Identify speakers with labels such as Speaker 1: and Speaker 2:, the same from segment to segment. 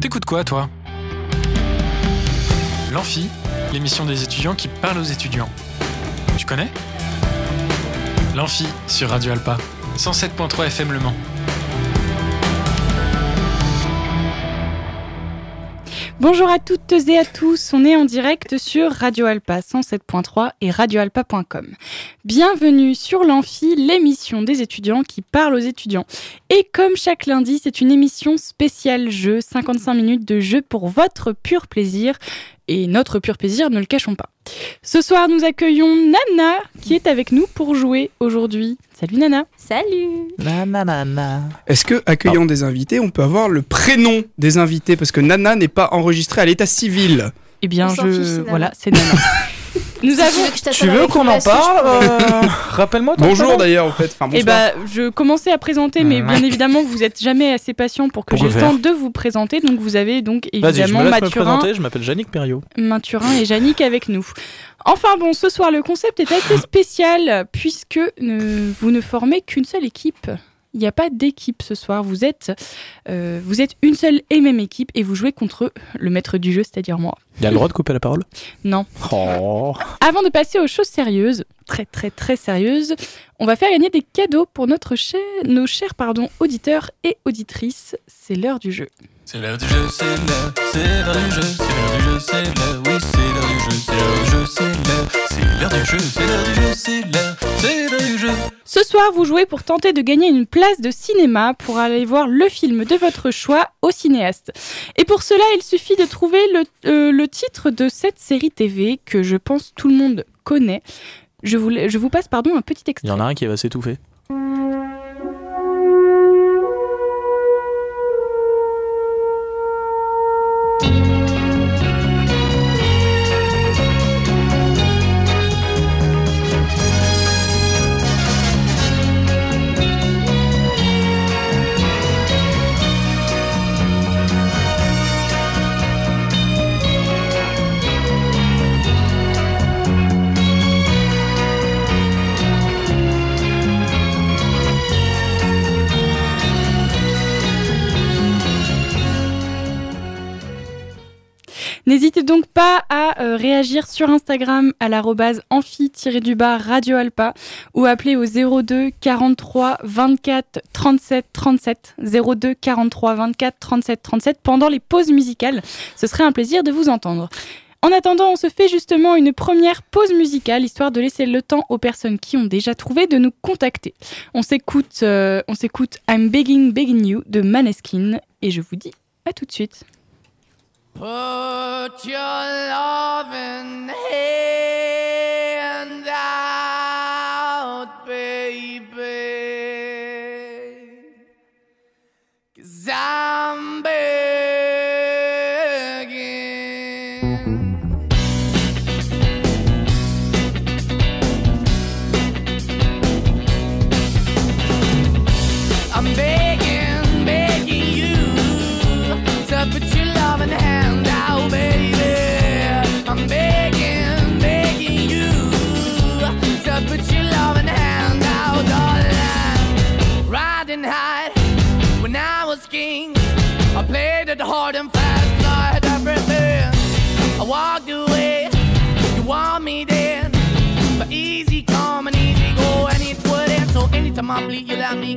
Speaker 1: T'écoutes quoi, toi L'Amphi, l'émission des étudiants qui parle aux étudiants. Tu connais L'Amphi sur Radio Alpa, 107.3 FM Le Mans.
Speaker 2: Bonjour à toutes et à tous, on est en direct sur Radio Alpa 107.3 et radioalpa.com. Bienvenue sur l'Amphi, l'émission des étudiants qui parle aux étudiants. Et comme chaque lundi, c'est une émission spéciale jeu, 55 minutes de jeu pour votre pur plaisir et notre pur plaisir, ne le cachons pas. Ce soir, nous accueillons Nana qui est avec nous pour jouer aujourd'hui. Salut Nana.
Speaker 3: Salut
Speaker 4: La maman.
Speaker 5: Est-ce que accueillant des invités, on peut avoir le prénom des invités parce que Nana n'est pas enregistrée à l'état civil
Speaker 2: Eh bien,
Speaker 3: On s'en fiche,
Speaker 2: je
Speaker 3: Nana.
Speaker 2: voilà, c'est Nana. nous
Speaker 3: Tu
Speaker 2: avons
Speaker 3: veux que je t'attende
Speaker 4: Tu veux
Speaker 3: avec
Speaker 4: qu'on
Speaker 3: le
Speaker 4: en
Speaker 3: passage
Speaker 4: parle euh, Rappelle-moi ton
Speaker 5: Bonjour
Speaker 4: prénom.
Speaker 5: d'ailleurs en fait. Enfin, bonsoir.
Speaker 2: Eh ben, je commençais à présenter, mais
Speaker 4: Mm.
Speaker 2: bien évidemment, vous n'êtes jamais assez patient pour que
Speaker 6: Pour
Speaker 2: j'ai
Speaker 6: le
Speaker 2: le temps de vous présenter. Donc, vous avez donc
Speaker 6: Vas-y, je
Speaker 2: évidemment
Speaker 6: me laisse me
Speaker 2: Mathurin,
Speaker 6: présenter, je m'appelle Yannick Perriot.
Speaker 2: Mathurin et Yannick avec nous. Enfin bon, ce soir, le concept est assez spécial puisque euh, vous ne formez qu'une seule équipe. Il n'y a pas d'équipe ce soir. Vous êtes, euh, vous êtes une seule et même équipe et vous jouez contre le maître du jeu, c'est-à-dire moi.
Speaker 6: Il a le droit de couper la parole
Speaker 2: Non.
Speaker 6: Oh.
Speaker 2: Avant de passer aux choses sérieuses, très très très sérieuses, on va faire gagner des cadeaux pour notre cha- nos chers pardon, auditeurs et auditrices. C'est l'heure du jeu.
Speaker 1: C'est l'heure du jeu, c'est l'heure, c'est l'heure du jeu, c'est l'heure du jeu, c'est l'heure, oui, c'est l'heure du jeu, c'est l'heure du jeu, c'est l'heure, c'est l'heure du jeu, c'est l'heure du jeu, c'est l'heure, c'est l'heure du jeu.
Speaker 2: Ce soir, vous jouez pour tenter de gagner une place de cinéma pour aller voir le film de votre choix au cinéaste. Et pour cela, il suffit de trouver le, euh, le titre de cette série TV que je pense tout le monde connaît. Je vous, la- je vous passe pardon un petit
Speaker 6: Il y
Speaker 2: extrait.
Speaker 6: en a un qui va s'étouffer.
Speaker 2: N'hésitez donc pas à euh, réagir sur Instagram à l'arrobase amphi-du-bas Radio Alpa ou appeler au 02 43 24 37 37 02 43 24 37 37 pendant les pauses musicales. Ce serait un plaisir de vous entendre. En attendant, on se fait justement une première pause musicale, histoire de laisser le temps aux personnes qui ont déjà trouvé de nous contacter. On s'écoute, euh, on s'écoute I'm Begging, Begging You de Maneskin, et je vous dis à tout de suite.
Speaker 7: Put your loving hand out, baby. Cause I'm begging. I'm begging, begging you to put your loving hand out, baby. I'm begging, begging you to put your loving hand out, darling. Riding high when I was king, I played it hard and fast, I had everything. I walked away, you want me then, but easy come and easy go, and it would end. So anytime I bleed, you let me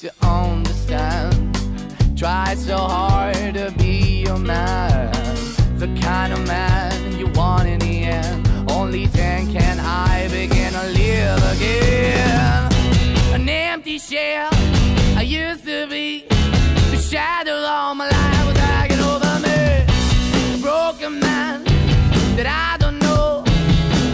Speaker 7: to understand. Try so hard to be your man, the kind of man you want in the end. Only then can I begin to live again. An empty shell I used to be, the shadow all my life was hanging over me. A broken man that I don't know.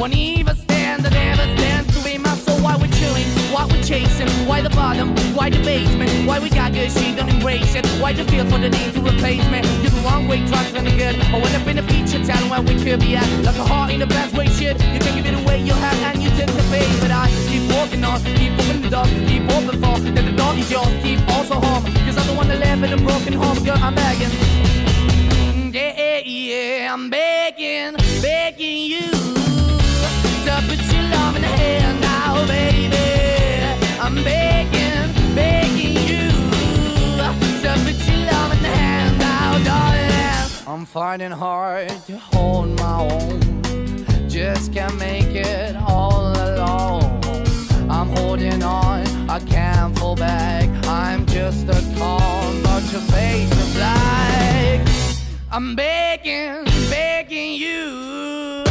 Speaker 7: Won't even stand, I never stand to be my soul. Why we're chilling, why we're chasing, why the bottom, why the basement, why we got good, she don't even inspiration. Why the feel for the need to replace me? You're the wrong way, trying to the good. I went up in the feature town where we could be at. Like a heart in a bad way, shit. You can give it away, you have, and you take the bait. But I keep walking on, keep opening the door, keep open for. That the dog is yours, keep also home. Cause I'm the one that live in a broken home, girl, I'm begging. Yeah, yeah, yeah, I'm begging, begging you to put your love in the hand now, baby. I'm begging, begging you to put your love in the hand now, darling. I'm finding hard to hold my own, just can't make it all alone. I'm holding on, I can't fall back. I'm just a call, but your face is black. I'm begging, begging you.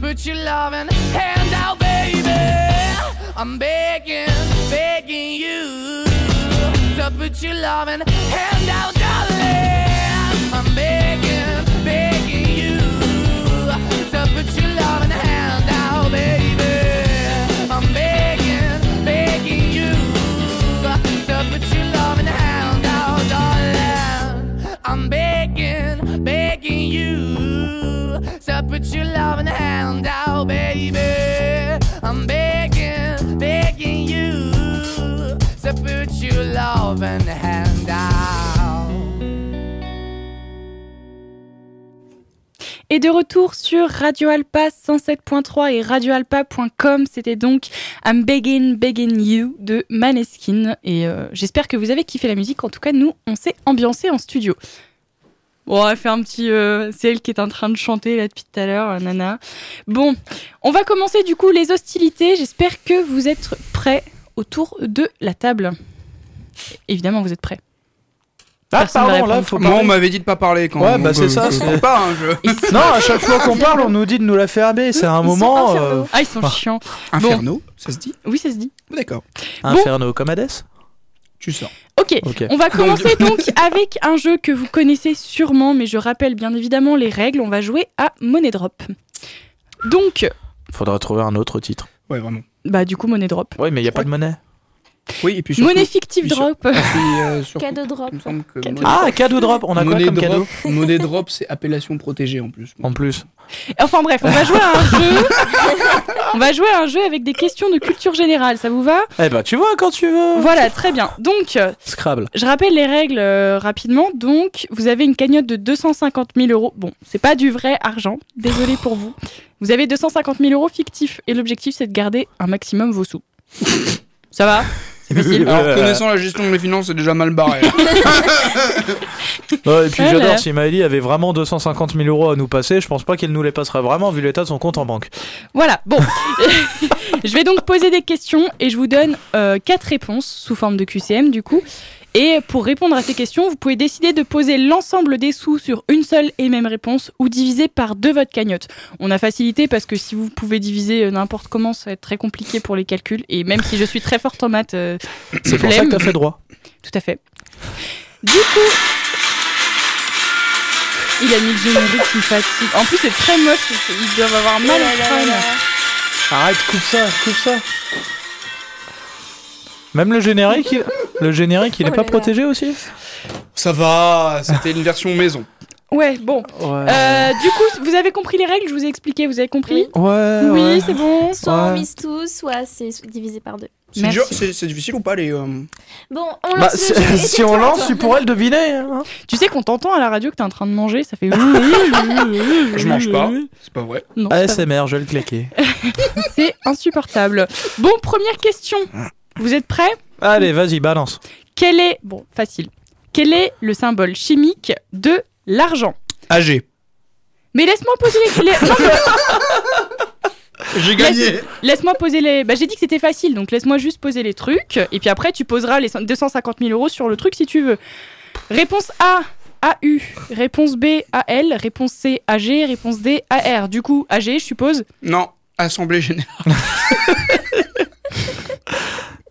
Speaker 7: Put your loving hand out, baby. I'm begging, begging you. To put your loving hand out, darling. I'm begging, begging you. To put your loving hand out, baby. I'm begging, begging you. To put your loving hand out, darling. I'm begging, begging you. So put your loving hand out, baby. I'm begging, begging you. So put your loving hand out.
Speaker 2: Et de retour sur Radio Alpa 107.3 et radioalpa.com, c'était donc I'm Begging, Begging You de Maneskin. Et euh, j'espère que vous avez kiffé la musique. En tout cas, nous, on s'est ambiancé en studio. Bon, on va faire un petit. euh, c'est elle qui est en train de chanter là depuis tout à l'heure, euh, Nana. Bon, on va commencer du coup les hostilités. J'espère que vous êtes prêts autour de la table. Évidemment, vous êtes prêts.
Speaker 6: Ah,
Speaker 2: Personne va
Speaker 6: pardon,
Speaker 2: répondre.
Speaker 6: là, faut
Speaker 5: Moi,
Speaker 6: parler.
Speaker 5: on m'avait dit de pas parler quand
Speaker 6: Ouais,
Speaker 5: on-
Speaker 6: bah, c'est
Speaker 5: euh,
Speaker 6: ça,
Speaker 5: je
Speaker 6: c'est-
Speaker 5: comprends pas, hein, je-
Speaker 6: Non, à chaque fois qu'on parle, on nous dit de nous la fermer. C'est un moment. euh,
Speaker 2: Ah, ils sont
Speaker 6: Ah.
Speaker 2: chiants.
Speaker 5: Inferno, ça se dit
Speaker 2: Oui, ça se dit.
Speaker 5: D'accord,
Speaker 6: Inferno comme Hades
Speaker 5: tu sors.
Speaker 2: Ok,
Speaker 6: Ok.
Speaker 2: on va commencer donc avec un jeu que vous connaissez sûrement, mais je rappelle bien évidemment les règles. On va jouer à Money Drop. Donc,
Speaker 6: Faudra trouver un autre titre.
Speaker 5: Ouais, vraiment.
Speaker 2: bah du coup Money Drop.
Speaker 6: Oui, mais il n'y a pas de monnaie.
Speaker 5: Oui, et puis surtout,
Speaker 2: Monnaie fictive
Speaker 5: puis
Speaker 2: drop.
Speaker 5: et puis, euh, surtout,
Speaker 3: Cadeau drop.
Speaker 5: il me semble que
Speaker 2: Cadeau.
Speaker 5: monnaie-
Speaker 6: Ah, cadeau drop. On a quoi
Speaker 5: monnaie
Speaker 6: comme
Speaker 5: drop-
Speaker 6: cadeau
Speaker 5: Monnaie drop, c'est appellation protégée en plus.
Speaker 6: En plus.
Speaker 2: Enfin bref, on va jouer à un jeu. on va jouer à un jeu avec des questions de culture générale, ça vous va
Speaker 6: Eh ben, tu vois quand tu veux.
Speaker 2: Voilà, très bien. Donc, euh,
Speaker 6: Scrabble.
Speaker 2: je rappelle les règles euh, rapidement. Donc, vous avez une cagnotte de 250 000 euros. Bon, c'est pas du vrai argent, désolé pour vous. Vous avez 250 000 euros fictifs et l'objectif c'est de garder un maximum vos sous. Ça va
Speaker 6: C'est facile.
Speaker 5: Alors, connaissant la gestion des finances, c'est déjà mal barré.
Speaker 6: et puis
Speaker 2: Voilà.
Speaker 6: j'adore, si Maëlie avait vraiment 250 000 euros à nous passer, je pense pas qu'elle nous les passerait vraiment vu l'état de son compte en banque.
Speaker 2: Voilà, bon. je vais donc poser des questions et je vous donne euh, quatre réponses sous forme de QCM du coup. Et pour répondre à ces questions, vous pouvez décider de poser l'ensemble des sous sur une seule et même réponse ou diviser par deux votre cagnotte. On a facilité parce que si vous pouvez diviser euh, n'importe comment, ça va être très compliqué pour les calculs. Et même si je suis très forte en maths, euh,
Speaker 6: C'est pour ça que
Speaker 2: Flemme.
Speaker 6: t'as fait droit.
Speaker 2: tout à fait. Du coup. Il a mis le générique qui me fatigue. En plus, c'est très moche. Ils doivent avoir mal au crâne.
Speaker 6: Arrête, coupe ça, coupe ça. Même le générique, il... le générique, il est
Speaker 3: Oh
Speaker 6: pas
Speaker 3: là là.
Speaker 6: protégé aussi
Speaker 5: ça va, c'était une version maison.
Speaker 2: Ouais, bon. Euh, du coup, vous avez compris les règles, je vous ai expliqué, vous avez compris
Speaker 6: Ouais.
Speaker 2: Oui,
Speaker 8: Euh,
Speaker 6: ouais.
Speaker 2: c'est bon.
Speaker 3: Soit on
Speaker 6: Ouais.
Speaker 3: mise tout, soit c'est divisé par deux.
Speaker 5: C'est
Speaker 2: Merci.
Speaker 5: dur- C'est c'est difficile ou pas les. euh,
Speaker 3: Bon, on
Speaker 6: Bah,
Speaker 3: lance le jeu.
Speaker 6: si- si on
Speaker 3: Tais-toi,
Speaker 6: lance,
Speaker 3: toi.
Speaker 6: tu pourrais le deviner. hein.
Speaker 2: Tu sais qu'on t'entend à la radio que t'es en train de manger, ça fait.
Speaker 5: Je
Speaker 2: Je
Speaker 5: mange pas. C'est pas vrai.
Speaker 2: Non,
Speaker 6: Ah,
Speaker 2: ça va.
Speaker 6: ASMR, je vais le claquer.
Speaker 2: c'est insupportable. Bon, première question. Vous êtes prêts
Speaker 6: Allez, vas-y, balance.
Speaker 2: Quel est. Bon, facile. Quel est le symbole chimique de l'argent
Speaker 5: AG.
Speaker 2: Mais laisse-moi poser les. les- non, mais
Speaker 5: J'ai
Speaker 2: gagné. laisse-moi poser les. Bah, j'ai dit que c'était facile, donc laisse-moi juste poser les trucs. Et puis après, tu poseras les 250 000 euros sur le truc si tu veux. Réponse A, AU. Réponse B, AL. Réponse C, AG. Réponse D, AR. Du coup, AG, je suppose.
Speaker 5: Non, Assemblée Générale.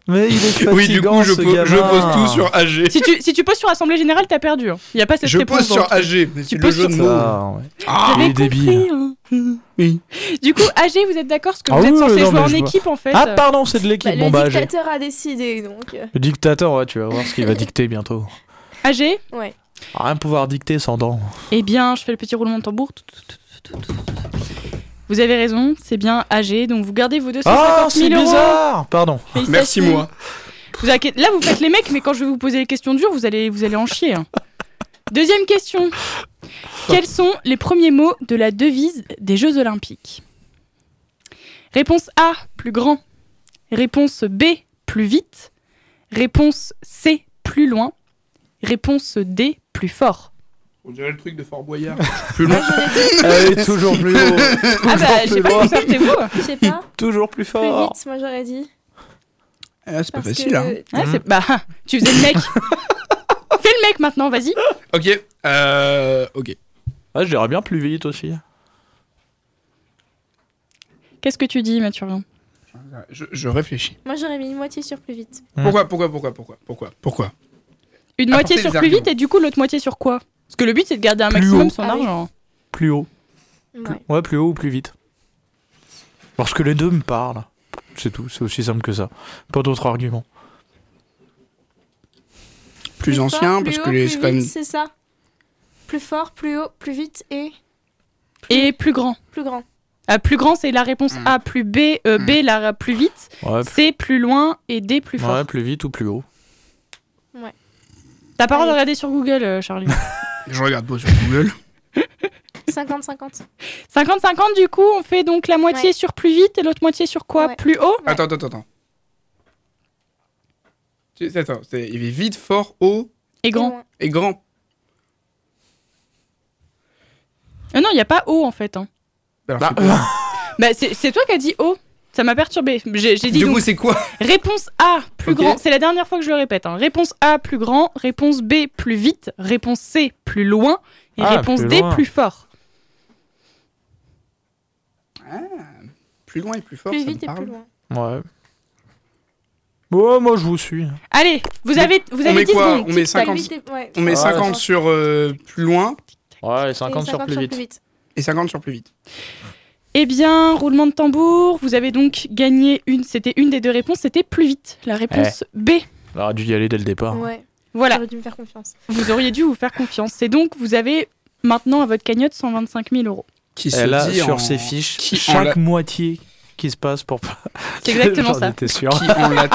Speaker 6: Mais il est fatigant,
Speaker 5: Oui, du coup, je,
Speaker 6: ce
Speaker 5: po- je
Speaker 6: gamin.
Speaker 5: pose tout sur AG.
Speaker 2: Si tu, si tu poses sur Assemblée Générale, t'as perdu. Il n'y a pas cette
Speaker 5: Je
Speaker 2: réponse.
Speaker 5: pose
Speaker 2: dans-
Speaker 5: sur AG. mais C'est le
Speaker 2: poses
Speaker 5: jeu de
Speaker 2: sur
Speaker 5: mots.
Speaker 6: Ah, ouais.
Speaker 5: Ah,
Speaker 6: Il est
Speaker 2: J'avais
Speaker 6: débile.
Speaker 2: compris, hein.
Speaker 5: Oui.
Speaker 2: Du coup, AG, vous êtes d'accord Parce que
Speaker 6: Ah
Speaker 2: vous êtes
Speaker 6: oui,
Speaker 2: censé
Speaker 6: non,
Speaker 2: jouer
Speaker 6: mais
Speaker 2: en
Speaker 6: je vois.
Speaker 2: équipe, en fait.
Speaker 6: Ah, pardon, c'est de
Speaker 3: Bah,
Speaker 6: l'équipe.
Speaker 3: le
Speaker 6: bon, bah, j'ai-
Speaker 3: dictateur a décidé donc. euh,
Speaker 6: le dictateur, ouais, tu vas voir ce qu'il va dicter bientôt.
Speaker 2: AG
Speaker 3: Ouais.
Speaker 8: Rien pouvoir dicter sans dents.
Speaker 2: Eh bien, je fais le petit roulement de tambour. Vous avez raison, c'est bien AG, donc vous gardez vos 250
Speaker 8: Ah, c'est
Speaker 2: 000 euros.
Speaker 8: bizarre Pardon.
Speaker 5: Merci,
Speaker 2: Félicitations.
Speaker 5: moi.
Speaker 2: Vous inquiétez- Là, vous faites les mecs, mais quand je vais vous poser les questions dures, vous allez, vous allez en chier. hein. Deuxième question. Quels sont les premiers mots de la devise des Jeux Olympiques Réponse A, plus grand. Réponse B, plus vite. Réponse C, plus loin. Réponse D, plus fort.
Speaker 5: On dirait le truc de Fort Boyard.
Speaker 8: Elle est toujours plus haut.
Speaker 2: Ah bah, je sais
Speaker 8: plus
Speaker 2: pas,
Speaker 8: loin.
Speaker 2: concertez-vous.
Speaker 3: Je sais pas.
Speaker 8: toujours plus
Speaker 3: Plus
Speaker 8: fort.
Speaker 3: vite, moi j'aurais dit.
Speaker 5: Oh. Ah, c'est pas
Speaker 3: Parce
Speaker 5: facile,
Speaker 3: que-
Speaker 5: hein.
Speaker 2: Ouais,
Speaker 8: Mm.
Speaker 2: c'est- bah, tu faisais le mec. Fais le mec maintenant, vas-y.
Speaker 5: Ok. Euh. Ok.
Speaker 8: Ah, je dirais bien plus vite aussi.
Speaker 2: Qu'est-ce que tu dis, Mathieu
Speaker 5: Je, je réfléchis.
Speaker 3: Moi j'aurais mis une moitié sur plus vite.
Speaker 5: Pourquoi, pourquoi, pourquoi, pourquoi, pourquoi, pourquoi
Speaker 2: Une moitié
Speaker 5: Apporter des
Speaker 2: sur plus
Speaker 5: arguments.
Speaker 2: vite et du coup l'autre moitié sur quoi Parce que le but c'est de garder un
Speaker 8: Plus
Speaker 2: maximum
Speaker 8: haut.
Speaker 2: son
Speaker 3: Ah oui.
Speaker 2: argent.
Speaker 8: Plus haut.
Speaker 3: Ouais.
Speaker 8: Ouais, plus haut ou plus vite. Parce que les deux me parlent. C'est tout, c'est aussi simple que ça. Pas d'autres arguments.
Speaker 5: Plus
Speaker 3: fort,
Speaker 5: ancien,
Speaker 3: plus
Speaker 5: parce
Speaker 3: haut,
Speaker 5: que les-
Speaker 3: plus
Speaker 5: c'est quand même.
Speaker 3: vite, C'est ça. Plus fort, plus haut, plus vite et
Speaker 2: Et plus grand.
Speaker 3: plus grand.
Speaker 2: Ah, plus grand c'est la réponse
Speaker 5: Mm.
Speaker 2: A, plus B, euh, B la plus vite,
Speaker 8: Ouais, plus,
Speaker 2: C plus loin et D plus fort.
Speaker 8: ouais, plus vite ou plus haut.
Speaker 2: T'as pas le droit de
Speaker 3: Allez.
Speaker 2: regarder sur Google euh, Charlie.
Speaker 5: Je regarde pas sur Google.
Speaker 3: 50-50.
Speaker 2: 50-50 du coup on fait donc la moitié
Speaker 3: Ouais.
Speaker 2: sur plus vite et l'autre moitié sur quoi
Speaker 3: Ouais.
Speaker 2: Plus haut
Speaker 5: Attends, attends, attends. Tu- Attends, c'est- il est vite, fort, haut
Speaker 2: et grand.
Speaker 3: loin.
Speaker 5: et grand.
Speaker 2: Euh, non il y a pas haut en fait. hein.
Speaker 5: Alors,
Speaker 8: Bah,
Speaker 5: c'est
Speaker 3: euh,
Speaker 5: quoi
Speaker 2: Bah c'est c'est toi qui as dit haut. Ça m'a perturbé. J'ai j'ai dit
Speaker 5: du
Speaker 2: donc,
Speaker 5: coup, c'est quoi
Speaker 2: réponse A plus
Speaker 5: Ok.
Speaker 2: grand. C'est la dernière fois que je le répète. hein. Réponse A plus grand. Réponse B plus vite. Réponse C plus loin. Et
Speaker 8: Ah,
Speaker 2: réponse
Speaker 8: plus
Speaker 2: D
Speaker 8: loin.
Speaker 2: plus fort.
Speaker 5: Plus loin et plus fort,
Speaker 3: Plus
Speaker 5: Oh, ça me
Speaker 3: vite et
Speaker 5: parle.
Speaker 3: plus loin.
Speaker 8: Ouais. Ouais, moi je vous suis.
Speaker 2: Allez, vous avez, vous
Speaker 5: on
Speaker 2: avez
Speaker 5: met
Speaker 2: 10
Speaker 5: quoi
Speaker 2: secondes.
Speaker 5: On met
Speaker 2: tic-tac.
Speaker 5: 50.
Speaker 3: Plus vite et- ouais.
Speaker 5: On met
Speaker 8: Ah,
Speaker 5: 50 sur euh, plus loin
Speaker 8: Ouais,
Speaker 3: Et
Speaker 8: 50, sur plus vite.
Speaker 5: et 50 sur plus vite.
Speaker 2: Eh bien, roulement de tambour, vous avez donc gagné une. C'était une des deux réponses, c'était plus vite. La réponse
Speaker 5: Eh.
Speaker 2: B.
Speaker 8: On aurait dû y aller dès le départ.
Speaker 3: Ouais.
Speaker 2: Voilà,
Speaker 3: J'aurais dû me faire confiance.
Speaker 2: vous auriez dû vous faire confiance. C'est donc, vous avez maintenant à votre cagnotte 125 000 euros.
Speaker 5: Qui se
Speaker 8: Elle a
Speaker 5: dit
Speaker 8: sur
Speaker 5: en-
Speaker 8: ses fiches
Speaker 5: qui en
Speaker 8: chaque
Speaker 5: la-
Speaker 8: moitié qui se passe pour pas.
Speaker 2: C'est exactement
Speaker 8: J'en
Speaker 2: ça.
Speaker 8: étais sûr.
Speaker 5: Qui en la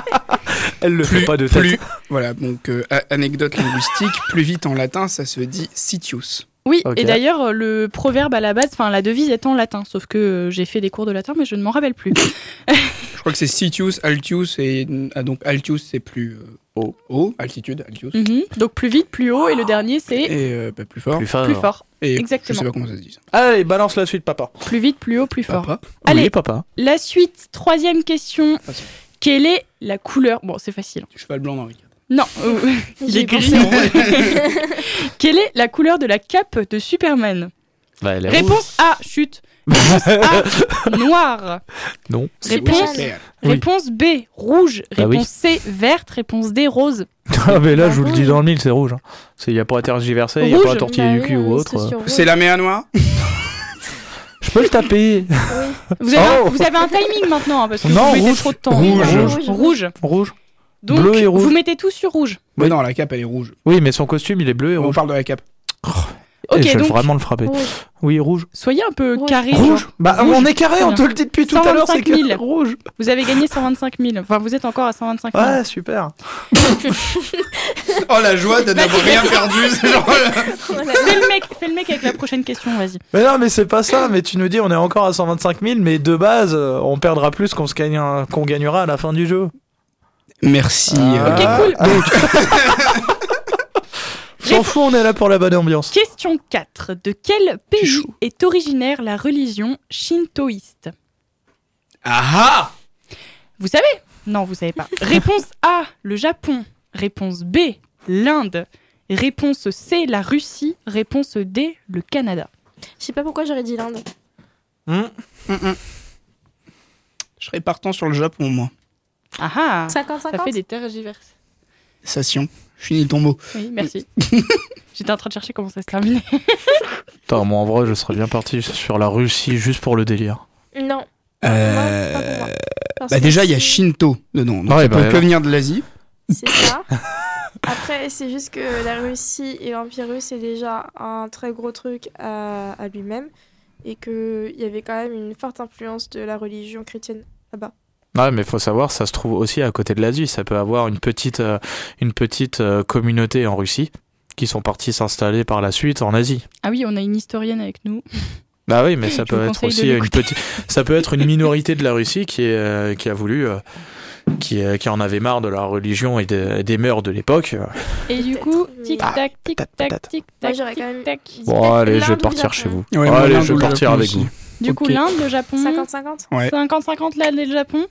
Speaker 8: Elle le fait pas de tête.
Speaker 5: plus. Voilà, donc euh, a- anecdote linguistique, plus vite en latin, ça se dit sitius.
Speaker 2: Oui,
Speaker 8: Ok.
Speaker 2: et d'ailleurs, euh, le proverbe à la base, enfin, la devise est en latin, sauf que euh, j'ai fait des cours de latin, mais je ne m'en rappelle plus.
Speaker 5: Je crois que c'est sitius, altius, et ah, donc altius c'est plus euh, haut. haut, altitude, altius,
Speaker 2: Mhm. Donc, plus vite, plus haut, et le dernier, c'est
Speaker 5: et euh, bah, plus fort.
Speaker 8: Plus fort.
Speaker 2: plus fort.
Speaker 5: et
Speaker 2: exactement.
Speaker 5: Je sais pas comment ça se dit. ça.
Speaker 8: Allez, balance la suite, papa.
Speaker 2: Plus vite, plus haut, plus fort.
Speaker 5: Papa.
Speaker 2: Allez.
Speaker 8: Oui, papa.
Speaker 2: La suite, troisième question.
Speaker 5: Facile.
Speaker 2: Quelle est la couleur Bon, c'est facile.
Speaker 5: Du cheval blanc dans le cadre.
Speaker 2: Non, euh, il
Speaker 3: J'y
Speaker 2: est
Speaker 3: ai
Speaker 2: gris.
Speaker 3: pensé.
Speaker 2: Quelle est la couleur de la cape de Superman
Speaker 8: elle
Speaker 2: Réponse A, chute. Réponse A, noir.
Speaker 8: Non.
Speaker 2: Réponse,
Speaker 5: clair.
Speaker 8: Oui.
Speaker 2: réponse B, rouge.
Speaker 8: Bah oui.
Speaker 2: réponse C, verte. Réponse D, rose.
Speaker 8: Ah, mais là, je vous le dis dans le mille, c'est rouge. Il n'y a pas à tergiverser, il n'y a
Speaker 2: Rouge.
Speaker 8: pas à tortiller du
Speaker 3: Bah
Speaker 8: cul
Speaker 3: oui,
Speaker 8: ou
Speaker 3: on
Speaker 8: autre.
Speaker 3: reste sur
Speaker 5: C'est
Speaker 3: rouge.
Speaker 5: la mer noire
Speaker 8: Je peux le taper.
Speaker 2: Vous avez,
Speaker 8: Oh
Speaker 2: un, vous avez un timing maintenant hein, parce que
Speaker 8: Non,
Speaker 2: vous mettez
Speaker 8: rouge.
Speaker 2: trop de temps.
Speaker 8: Rouge.
Speaker 2: rouge. Rouge.
Speaker 8: Rouge.
Speaker 2: Donc
Speaker 8: Bleu et rouge.
Speaker 2: vous mettez tout sur rouge.
Speaker 5: Mais non, la cape elle est rouge.
Speaker 8: Oui, mais son costume, il est bleu et
Speaker 5: On
Speaker 8: rouge.
Speaker 5: parle de la cape.
Speaker 2: Ok,
Speaker 8: et je vais
Speaker 2: donc
Speaker 8: vraiment le frapper.
Speaker 3: Rouge.
Speaker 8: Oui, rouge.
Speaker 2: soyez un peu
Speaker 3: Rouge.
Speaker 2: carré. genre.
Speaker 8: Rouge Bah,
Speaker 2: Rouge.
Speaker 8: on est carré, on te le dit depuis tout à l'heure, c'est
Speaker 2: 125 000.
Speaker 8: carré. Rouge.
Speaker 2: Vous avez gagné 125 000. Enfin, vous êtes encore à 125 000.
Speaker 8: Ouais, super.
Speaker 5: Oh la joie de n'avoir rien perdu, c'est genre.
Speaker 2: Fais le mec, fais le mec avec la prochaine question, vas-y.
Speaker 8: Mais non, mais c'est pas ça. Mais tu nous dis, on est encore à 125 000, mais de base, euh, on perdra plus qu'on se gagne un- qu'on gagnera à la fin du jeu.
Speaker 5: Merci.
Speaker 8: Ah.
Speaker 5: euh,
Speaker 2: Ok, cool.
Speaker 8: S'en fout, on est là pour la bonne ambiance.
Speaker 2: Question 4. De quel pays est originaire la religion shintoïste
Speaker 5: Ah
Speaker 2: Vous savez Non, vous savez pas. Réponse A, le Japon. Réponse B, l'Inde. Réponse C, la Russie. Réponse D, le Canada.
Speaker 3: Je sais pas pourquoi j'aurais dit l'Inde.
Speaker 8: Hmm
Speaker 5: Je serais partant sur le Japon, moi.
Speaker 2: Ah ah Ça fait
Speaker 3: 50-50
Speaker 2: des tergiverses.
Speaker 5: Sation. Je finis ton mot.
Speaker 2: Oui, merci. J'étais en train de chercher comment ça se terminait.
Speaker 8: Putain, moi en vrai, je serais bien parti sur la Russie juste pour le délire.
Speaker 3: Non.
Speaker 5: Euh,
Speaker 3: Non, pas pour moi. Parce
Speaker 5: Bah
Speaker 3: que
Speaker 5: déjà, il y a
Speaker 3: c'est-
Speaker 5: Shinto dedans. Donc
Speaker 8: Ouais,
Speaker 5: ça
Speaker 8: bah
Speaker 5: peut
Speaker 8: alors.
Speaker 5: que venir de l'Asie.
Speaker 3: C'est ça. Après, et c'est juste que la Russie et l'Empire russe est déjà un très gros truc à, à lui-même et qu'il y avait quand même une forte influence de la religion chrétienne là-bas.
Speaker 8: Ouais, mais faut savoir, ça se trouve aussi à côté de l'Asie. Ça peut avoir une petite, euh, une petite euh, communauté en Russie qui sont partis s'installer par la suite en Asie.
Speaker 2: Ah oui, on a une historienne avec nous.
Speaker 8: Bah oui, mais
Speaker 2: Je
Speaker 8: ça peut
Speaker 2: vous
Speaker 8: être
Speaker 2: conseille de
Speaker 8: aussi une
Speaker 2: l'écouter.
Speaker 8: petite, ça peut être une minorité de la Russie qui est, euh, qui a voulu, euh, qui, euh, qui en avait marre de la religion et de- des mœurs de l'époque.
Speaker 2: Et du coup,
Speaker 3: mais-
Speaker 2: tic-tac, tic-tac,
Speaker 8: Ah, peut-être.
Speaker 3: Moi,
Speaker 2: tic-tac,
Speaker 3: j'aurais quand même
Speaker 2: tic-tac.
Speaker 3: dit
Speaker 8: Bon,
Speaker 3: peut-être
Speaker 8: allez, je vais
Speaker 3: l'Inde ou le
Speaker 8: partir
Speaker 3: Japon.
Speaker 8: chez vous.
Speaker 5: Ouais, moi,
Speaker 8: allez,
Speaker 5: l'Inde
Speaker 8: je
Speaker 5: ou
Speaker 8: vais
Speaker 5: le
Speaker 8: partir
Speaker 5: Japon
Speaker 8: avec
Speaker 5: aussi.
Speaker 8: vous.
Speaker 2: Du coup,
Speaker 5: Ok.
Speaker 2: l'Inde, le Japon.
Speaker 3: 50-50
Speaker 5: Ouais.
Speaker 2: 50-50 là, le Japon.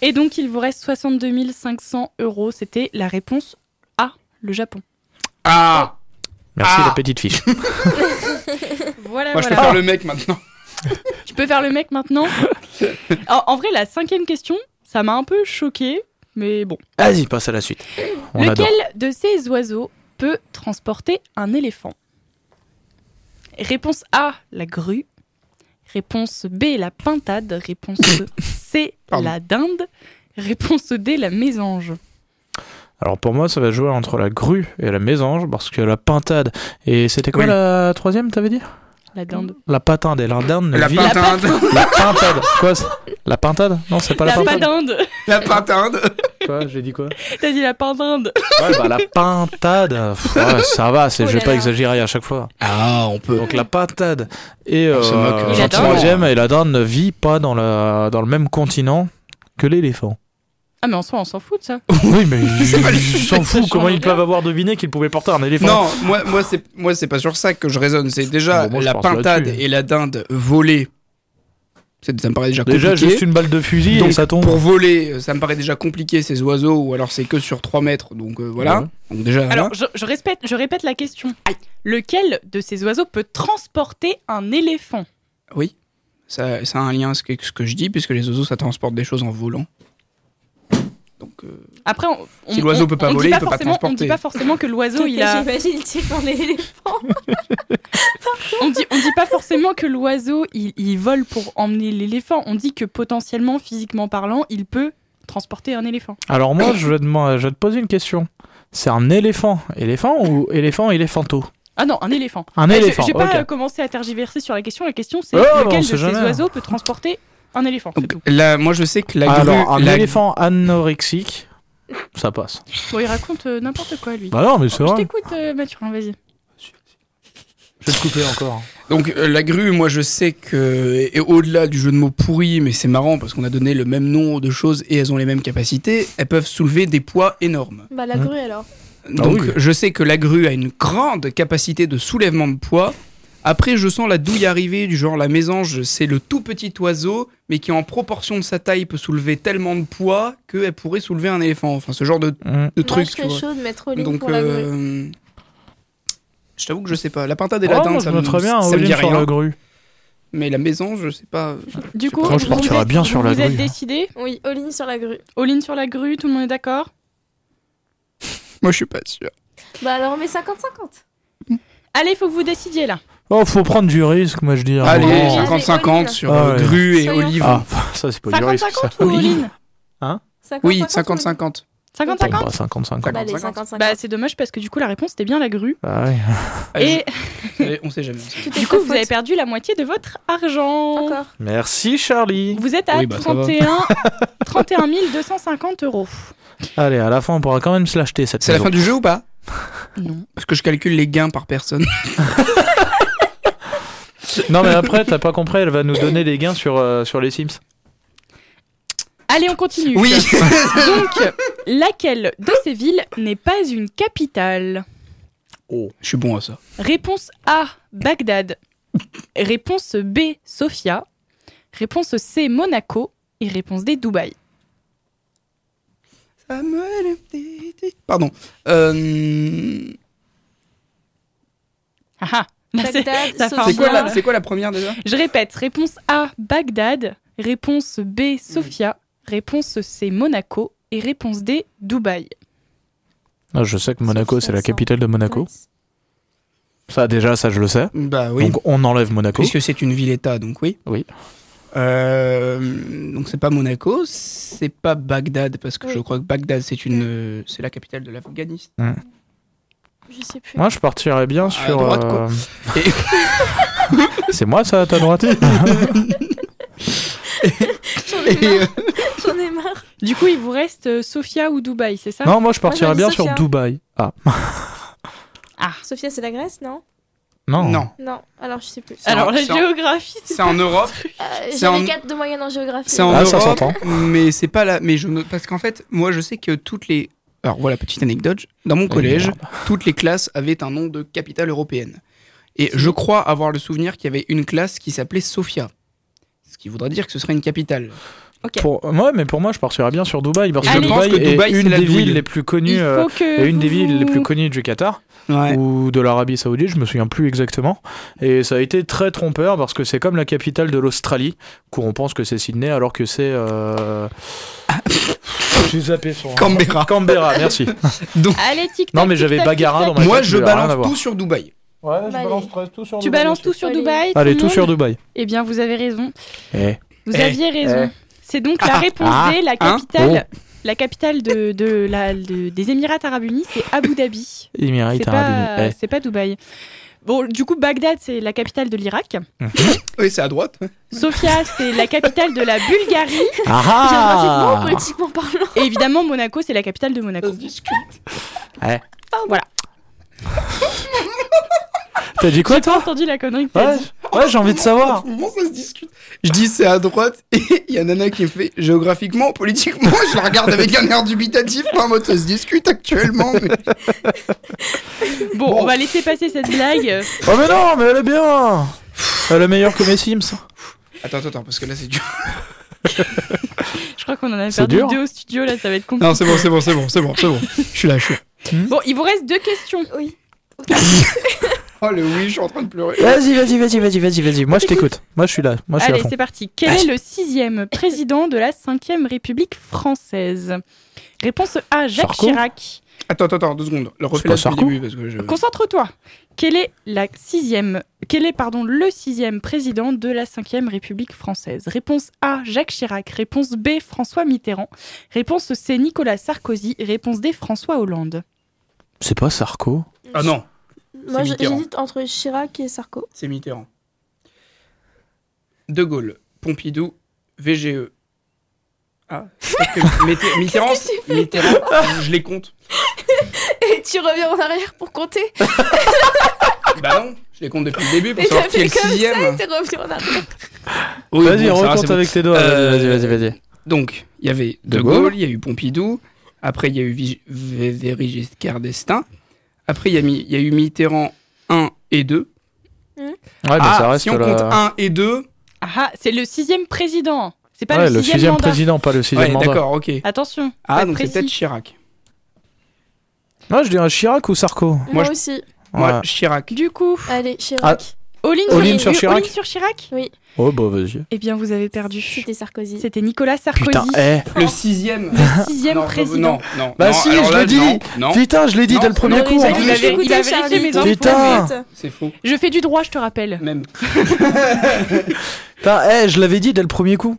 Speaker 2: Et donc, il vous reste 62 500 euros. C'était la réponse A, le Japon.
Speaker 5: Ah
Speaker 8: Merci
Speaker 5: Ah.
Speaker 8: la petite fiche.
Speaker 2: Voilà,
Speaker 5: Moi, je peux
Speaker 2: voilà.
Speaker 5: faire le mec maintenant.
Speaker 2: Tu peux faire le mec maintenant. Alors, en vrai, la cinquième question, ça m'a un peu choqué, mais bon.
Speaker 8: Vas-y, passe à la suite. On
Speaker 2: Lequel
Speaker 8: adore.
Speaker 2: de ces oiseaux peut transporter un éléphant Réponse A, la grue. Réponse B, la pintade. Réponse C,
Speaker 5: Pardon.
Speaker 2: la dinde. Réponse D, la mésange.
Speaker 8: Alors pour moi, ça va jouer entre la grue et la mésange parce que la pintade et c'était quoi
Speaker 5: Oui.
Speaker 8: la troisième, t'avais dit
Speaker 2: La dinde.
Speaker 8: La patinde et la dinde. ne
Speaker 5: La
Speaker 8: vit-
Speaker 5: pintade
Speaker 8: La pintade. Quoi c'est- La pintade Non, c'est pas la,
Speaker 2: la
Speaker 8: pintade.
Speaker 2: pintade.
Speaker 5: La pintade
Speaker 8: Quoi J'ai dit quoi
Speaker 2: T'as dit la pintade.
Speaker 8: Ouais, bah la pintade. Pff, ouais, ça va, c'est,
Speaker 3: Oh
Speaker 8: je vais
Speaker 3: là
Speaker 8: pas
Speaker 3: là.
Speaker 8: exagérer à chaque fois.
Speaker 5: Ah, on peut.
Speaker 8: Donc la pintade et
Speaker 5: On se moque
Speaker 8: euh, la
Speaker 2: gentiment.
Speaker 8: troisième et la dinde ne vit pas dans, la, dans le même continent que l'éléphant.
Speaker 2: Ah mais en soi, on s'en fout de ça.
Speaker 8: Oui, mais
Speaker 5: C'est pas le
Speaker 8: ils
Speaker 5: sujet.
Speaker 8: s'en
Speaker 2: Ça
Speaker 8: foutent.
Speaker 2: change
Speaker 8: Comment ils
Speaker 2: rien.
Speaker 8: peuvent avoir deviné qu'ils pouvaient porter un éléphant
Speaker 5: Non, moi, moi c'est moi c'est pas sur ça que je raisonne. C'est déjà
Speaker 8: Bon, moi, je
Speaker 5: la
Speaker 8: pense
Speaker 5: pintade
Speaker 8: là-dessus.
Speaker 5: et la dinde volées. C'est- Ça me paraît déjà compliqué.
Speaker 8: Déjà, juste une balle de fusil
Speaker 5: Donc,
Speaker 8: et ça tombe.
Speaker 5: Pour voler, euh, ça me paraît déjà compliqué ces oiseaux, ou alors c'est que sur 3 mètres, donc euh, voilà.
Speaker 8: Ouais.
Speaker 5: Donc déjà,
Speaker 2: Alors, je, je répète, je répète la question. Lequel de ces oiseaux peut transporter un éléphant
Speaker 5: ça, ça a un lien avec ce que je dis, puisque les oiseaux, ça transporte des choses en volant. Donc, euh,
Speaker 2: Après, on,
Speaker 5: Si l'oiseau peut pas
Speaker 2: dit
Speaker 5: voler, il peut pas
Speaker 2: forcément- On
Speaker 5: transporter.
Speaker 2: dit pas forcément que l'oiseau il a.
Speaker 3: J'imagine, c'est pour les éléphants.
Speaker 2: On dit, on dit pas forcément que l'oiseau il, il vole pour emmener l'éléphant. On dit que potentiellement, physiquement parlant, il peut transporter un éléphant.
Speaker 8: Alors moi, je vais, te, je vais te poser une question. C'est un éléphant, éléphant ou éléphant, éléphanto
Speaker 2: Ah non, un éléphant.
Speaker 8: Un
Speaker 2: Ouais,
Speaker 8: éléphant.
Speaker 2: J'ai j'ai
Speaker 8: ok.
Speaker 2: pas euh, commencé à tergiverser sur la question. La question c'est
Speaker 8: Oh, bah, on
Speaker 2: lequel de
Speaker 8: sait
Speaker 2: ces
Speaker 8: jamais.
Speaker 2: oiseaux peut transporter un éléphant. c'est
Speaker 5: donc,
Speaker 2: tout.
Speaker 5: là, moi, je sais que la
Speaker 8: Alors, un
Speaker 5: grue, la-
Speaker 8: éléphant anorexique, ça passe.
Speaker 2: Bon, il raconte euh, n'importe quoi lui.
Speaker 8: Bah non,
Speaker 5: Ah,
Speaker 8: mais c'est
Speaker 2: Je
Speaker 8: vrai.
Speaker 2: t'écoute, euh, Mathurin, vas-y.
Speaker 8: Je vais te couper encore.
Speaker 5: donc euh, la grue, moi, je sais que et, et au-delà du jeu de mots pourri, mais c'est marrant parce qu'on a donné le même nombre de choses et elles ont les mêmes capacités, elles peuvent soulever des poids énormes.
Speaker 3: Bah, la
Speaker 8: Hmm.
Speaker 3: grue alors.
Speaker 5: Donc
Speaker 8: oui.
Speaker 5: je sais que la grue a une grande capacité de soulèvement de poids. Après, je sens la douille arriver, du genre la mésange, c'est le tout petit oiseau, mais qui en proportion de sa taille peut soulever tellement de poids qu'elle pourrait soulever un éléphant. Enfin, ce genre de,
Speaker 8: Mm.
Speaker 5: de
Speaker 3: Moi,
Speaker 5: truc,
Speaker 3: je
Speaker 5: tu
Speaker 3: serais
Speaker 5: vois.
Speaker 3: chaude, mais trop libre
Speaker 5: Donc,
Speaker 3: pour la grue.
Speaker 5: euh, je t'avoue que je sais pas. La pintade et la dinde,
Speaker 8: Oh, Je
Speaker 5: ça me,
Speaker 8: me très bien
Speaker 5: ça me dit
Speaker 8: Auline sur
Speaker 5: rien.
Speaker 8: la grue.
Speaker 5: Mais la mésange, je sais pas.
Speaker 2: Du coup,
Speaker 8: pas. Moi, je
Speaker 2: vous vous
Speaker 8: partirais
Speaker 2: êtes-
Speaker 8: bien sur
Speaker 2: vous
Speaker 8: la
Speaker 2: Vous êtes
Speaker 8: grue.
Speaker 2: décidé
Speaker 3: Oui, all-in sur la grue.
Speaker 2: All in sur la grue, tout le monde est d'accord
Speaker 5: Moi, je suis pas sûr.
Speaker 3: Bah, alors on met 50-50.
Speaker 2: Allez, faut que vous décidiez là.
Speaker 8: Oh, faut prendre du risque, moi je dis.
Speaker 5: Allez,
Speaker 3: bon.
Speaker 8: Ah,
Speaker 5: 50-50 sur euh,
Speaker 8: Ah ouais.
Speaker 5: grue et
Speaker 3: Soyons
Speaker 5: olive.
Speaker 8: Ah, ça c'est pas du risque. ça.
Speaker 2: 50-50 ou all in
Speaker 5: Oui,
Speaker 3: 50-50.
Speaker 5: 50-50.
Speaker 8: Bon,
Speaker 2: 50-50
Speaker 8: bah, 50-50.
Speaker 3: Bah, les
Speaker 5: 50-50.
Speaker 3: 50-50.
Speaker 2: Bah, c'est dommage parce que du coup, la réponse était bien la grue.
Speaker 8: Ah ouais.
Speaker 2: Et
Speaker 5: Et... On sait jamais.
Speaker 3: Tout est
Speaker 2: du coup,
Speaker 3: ta
Speaker 2: vous avez
Speaker 3: faute.
Speaker 2: perdu la moitié de votre argent.
Speaker 3: Encore.
Speaker 8: Merci Charlie.
Speaker 2: Vous êtes à
Speaker 5: Oui, bah, ça va.
Speaker 2: 31, 31 250 euros.
Speaker 8: Allez, à la fin on pourra quand même se l'acheter cette
Speaker 5: C'est la
Speaker 8: maison.
Speaker 5: fin du jeu ou pas
Speaker 2: Non.
Speaker 5: Parce que je calcule les gains par personne.
Speaker 8: Non mais après t'as pas compris, elle va nous donner les gains sur, euh, sur les Sims.
Speaker 2: Allez, on continue.
Speaker 5: Oui
Speaker 2: Donc, laquelle de ces villes n'est pas une capitale
Speaker 5: Je suis bon à ça.
Speaker 2: Réponse A, Bagdad. Réponse B, Sofia. Réponse C, Monaco. Et réponse D, Dubaï.
Speaker 5: Pardon. Euh,
Speaker 2: Ah ah, là, c'est- ça
Speaker 3: Bagdad,
Speaker 2: fait un
Speaker 5: C'est
Speaker 3: Sofia.
Speaker 5: quoi, la... c'est quoi la première déjà
Speaker 2: Je répète, réponse A, Bagdad. Réponse B, Sofia. Réponse C, Monaco. Et réponse D, Dubaï.
Speaker 8: Ah, je sais que Monaco
Speaker 3: Sophia,
Speaker 8: c'est la
Speaker 3: ça.
Speaker 8: capitale de Monaco.
Speaker 3: Nice.
Speaker 8: Ça déjà ça je le sais.
Speaker 5: Bah oui.
Speaker 8: Donc on enlève Monaco.
Speaker 5: puisque c'est une ville-état, donc oui.
Speaker 8: Oui.
Speaker 5: Euh, donc c'est pas Monaco, c'est pas Bagdad, parce que
Speaker 3: Oui.
Speaker 5: je crois que Bagdad c'est une, euh, c'est la capitale de l'Afghanistan.
Speaker 8: Hum.
Speaker 3: Je sais plus.
Speaker 8: Moi, je partirais bien sur.
Speaker 5: droite, quoi.
Speaker 8: euh, C'est moi, ça, à ta droite
Speaker 3: J'en ai
Speaker 5: Et, euh,
Speaker 3: marre. J'en ai marre.
Speaker 2: Du coup, il vous reste euh, Sofia ou Dubaï, c'est ça
Speaker 8: Non, moi, je partirais
Speaker 2: bah,
Speaker 3: j'aurais dit
Speaker 8: bien
Speaker 3: Sofia.
Speaker 8: sur Dubaï. Ah,
Speaker 3: Sophia, c'est la Grèce, non
Speaker 8: non.
Speaker 5: non.
Speaker 3: Non, alors je sais plus.
Speaker 5: C'est
Speaker 2: Alors,
Speaker 5: en-
Speaker 2: la
Speaker 5: c'est en-
Speaker 2: géographie, c'est
Speaker 5: C'est en Europe.
Speaker 3: Euh,
Speaker 5: Ah, C'est
Speaker 3: J'ai
Speaker 5: en-
Speaker 3: les 4 de moyenne en géographie. Bah,
Speaker 5: C'est en
Speaker 8: Ah, ça
Speaker 5: Europe,
Speaker 8: s'entend.
Speaker 5: mais c'est pas là. Mais je ne- parce qu'en fait, moi, je sais que toutes les. Alors voilà, petite anecdote. Dans mon collège, toutes les classes avaient un nom de capitale européenne. Et je crois avoir le souvenir qu'il y avait une classe qui s'appelait Sofia. Ce qui voudrait dire que ce serait une capitale.
Speaker 2: Ok.
Speaker 8: Pour... Ouais, mais pour moi, je partirais bien sur Dubaï. Parce
Speaker 2: Et
Speaker 8: que
Speaker 2: je
Speaker 5: pense
Speaker 8: Dubaï,
Speaker 5: que Dubaï,
Speaker 8: est
Speaker 5: c'est
Speaker 8: une
Speaker 5: la
Speaker 8: des villes
Speaker 5: douille.
Speaker 8: les plus connues.
Speaker 2: il
Speaker 8: euh,
Speaker 2: faut que
Speaker 8: et une des
Speaker 2: vous-
Speaker 8: villes les plus connues du Qatar ou de l'Arabie Saoudite, je me souviens plus exactement. Et ça a été très trompeur parce que c'est comme la capitale de l'Australie, où on pense que c'est Sydney alors que c'est. euh, J'ai zappé sur.
Speaker 5: Canberra.
Speaker 8: Canberra, merci.
Speaker 2: Allez, tic
Speaker 8: Non, mais j'avais Bagara dans ma
Speaker 5: Moi,
Speaker 8: tête,
Speaker 5: je
Speaker 8: mais rien à
Speaker 5: balance
Speaker 8: voir.
Speaker 5: tout sur Dubaï.
Speaker 6: Ouais,
Speaker 3: je Bah, balance
Speaker 6: tout sur
Speaker 2: Tu balances tout sur
Speaker 3: Allez.
Speaker 2: Dubaï
Speaker 8: Allez,
Speaker 2: le
Speaker 8: tout
Speaker 2: monde
Speaker 8: sur Dubaï.
Speaker 2: Eh bien, vous avez raison.
Speaker 8: Eh.
Speaker 2: Vous
Speaker 5: Eh.
Speaker 2: aviez raison. C'est donc la
Speaker 5: Ah,
Speaker 2: réponse
Speaker 5: ah,
Speaker 2: D, la
Speaker 5: hein,
Speaker 2: capitale. La capitale de, de la, de- des Émirats Arabes Unis, c'est Abu Dhabi.
Speaker 8: Émirats
Speaker 2: C'est
Speaker 8: Arabes
Speaker 2: pas,
Speaker 8: Unis.
Speaker 2: c'est pas Dubaï. Bon, du coup, Bagdad, c'est la capitale de l'Irak.
Speaker 5: Oui, c'est à droite.
Speaker 2: Sofia, c'est la capitale de la Bulgarie.
Speaker 8: Eh. Ah
Speaker 3: Géographiquement,
Speaker 8: ah
Speaker 3: politiquement parlant.
Speaker 2: Et évidemment, Monaco, c'est la capitale de Monaco.
Speaker 8: T'as dit quoi,
Speaker 2: J'ai pas
Speaker 8: toi
Speaker 2: entendu la connerie que t'as
Speaker 8: Ouais,
Speaker 2: dit.
Speaker 8: ouais, j'ai envie de savoir.
Speaker 5: Comment ça se discute Je dis c'est à droite et il y a Nana qui me fait géographiquement, politiquement. Je la regarde avec un air dubitatif. Pas en mode ça se discute actuellement. mais-
Speaker 2: Bon, on va laisser passer cette blague.
Speaker 8: Oh, mais non, mais elle est bien Elle est meilleure que mes Sims.
Speaker 5: Attends, attends, attends, parce que là c'est dur.
Speaker 2: Je crois qu'on en a
Speaker 8: C'est
Speaker 2: perdu
Speaker 8: dur. hein.
Speaker 2: deux au studio, là, ça va être compliqué.
Speaker 5: Non, c'est bon, c'est bon, c'est bon, c'est bon, c'est bon. Je suis là, je suis là.
Speaker 2: Bon, il vous reste deux questions.
Speaker 3: Oui.
Speaker 5: Oh le oui, je suis en train de pleurer.
Speaker 8: Vas-y, vas-y, vas-y, vas-y, vas-y, vas-y. Moi, je t'écoute. Moi, je suis là. Moi, Oh, je suis à
Speaker 2: Allez,
Speaker 8: fond.
Speaker 2: c'est parti. Quel est le sixième président de la Ve République française Réponse A, Jacques
Speaker 8: Sarko Euh.
Speaker 2: Chirac.
Speaker 5: Attends, attends, attends, deux secondes. Le
Speaker 8: pas
Speaker 5: refais là au
Speaker 8: Sarko
Speaker 5: début parce que je.
Speaker 2: Concentre-toi. Quel est la sixième Quel est pardon le sixième président de la Ve République française Réponse A, Jacques Chirac. Réponse B, François Mitterrand. Réponse C, Nicolas Sarkozy. Réponse D, François Hollande.
Speaker 8: C'est pas Sarko
Speaker 5: Ah non,
Speaker 3: Moi, je-
Speaker 5: Mitterrand.
Speaker 3: j'hésite entre Chirac et Sarko.
Speaker 5: c'est Mitterrand. De Gaulle, Pompidou, VGE. Ah, parce que Mitté- Mitterrand, Mitterrand,
Speaker 3: Ah.
Speaker 5: je les compte.
Speaker 3: Et tu reviens en arrière pour compter.
Speaker 5: Bah non, je les compte depuis le début pour
Speaker 3: Et
Speaker 5: savoir
Speaker 3: t'as
Speaker 5: qui
Speaker 3: fait
Speaker 5: est
Speaker 3: comme
Speaker 5: le
Speaker 3: ça et
Speaker 5: sixième.
Speaker 3: t'es revenu en arrière.
Speaker 5: Oui,
Speaker 8: Vas-y,
Speaker 5: bon, ça va,
Speaker 8: raconte
Speaker 5: c'est bon.
Speaker 8: avec tes doigts.
Speaker 5: Euh,
Speaker 8: Vas-y, vas-y, vas-y. vas-y.
Speaker 5: Donc, il y avait De
Speaker 8: De
Speaker 5: Gaulle,
Speaker 8: Gaulle.
Speaker 5: il y a eu Pompidou, après il y a eu Vig- V- Véry Giscard d'Estaing, après il y, a mi- il y a eu Mitterrand 1 et 2.
Speaker 8: Ouais, mais Ah, ça reste
Speaker 5: ah, si on
Speaker 8: la-
Speaker 5: compte 1 et 2,
Speaker 2: Ah, ah, c'est le sixième président. C'est pas
Speaker 8: ouais,
Speaker 2: le sixième,
Speaker 8: sixième
Speaker 2: mandat.
Speaker 8: président, pas le sixième
Speaker 5: ouais,
Speaker 8: mandat.
Speaker 5: d'accord, ok.
Speaker 2: Attention. faut
Speaker 5: Ah,
Speaker 2: être
Speaker 5: donc c'est
Speaker 2: précis.
Speaker 5: peut-être Chirac.
Speaker 8: Moi, je dirais Chirac ou Sarko
Speaker 5: Moi,
Speaker 3: Moi
Speaker 5: je-
Speaker 3: aussi.
Speaker 5: Moi,
Speaker 8: Ouais.
Speaker 5: Chirac.
Speaker 2: Du coup,
Speaker 3: Allez, Chirac.
Speaker 2: all-in
Speaker 8: All in
Speaker 2: all-in
Speaker 8: sur Chirac
Speaker 2: sur Chirac
Speaker 8: Oh, bah, vas-y.
Speaker 2: Eh bien, vous avez perdu.
Speaker 3: C'était Sarkozy.
Speaker 2: C'était Nicolas Sarkozy,
Speaker 8: Putain, eh
Speaker 5: Le sixième.
Speaker 2: le sixième
Speaker 5: Non,
Speaker 2: président.
Speaker 5: Non, non.
Speaker 8: Bah
Speaker 5: non,
Speaker 8: si,
Speaker 5: alors
Speaker 8: je
Speaker 5: là,
Speaker 8: l'ai dit.
Speaker 5: Non, non,
Speaker 8: Putain, je l'ai dit
Speaker 5: Non,
Speaker 8: dès le premier
Speaker 5: c'est
Speaker 8: coup.
Speaker 5: vrai,
Speaker 8: en
Speaker 5: j'ai
Speaker 8: plus.
Speaker 5: dit-
Speaker 2: avait- il avait
Speaker 3: Charlie,
Speaker 2: laissé mes
Speaker 3: tout
Speaker 2: infos.
Speaker 8: Putain.
Speaker 3: de suite.
Speaker 5: c'est faux.
Speaker 2: Je fais du droit, je te rappelle.
Speaker 5: Même.
Speaker 8: Putain, eh, je l'avais dit dès le premier coup.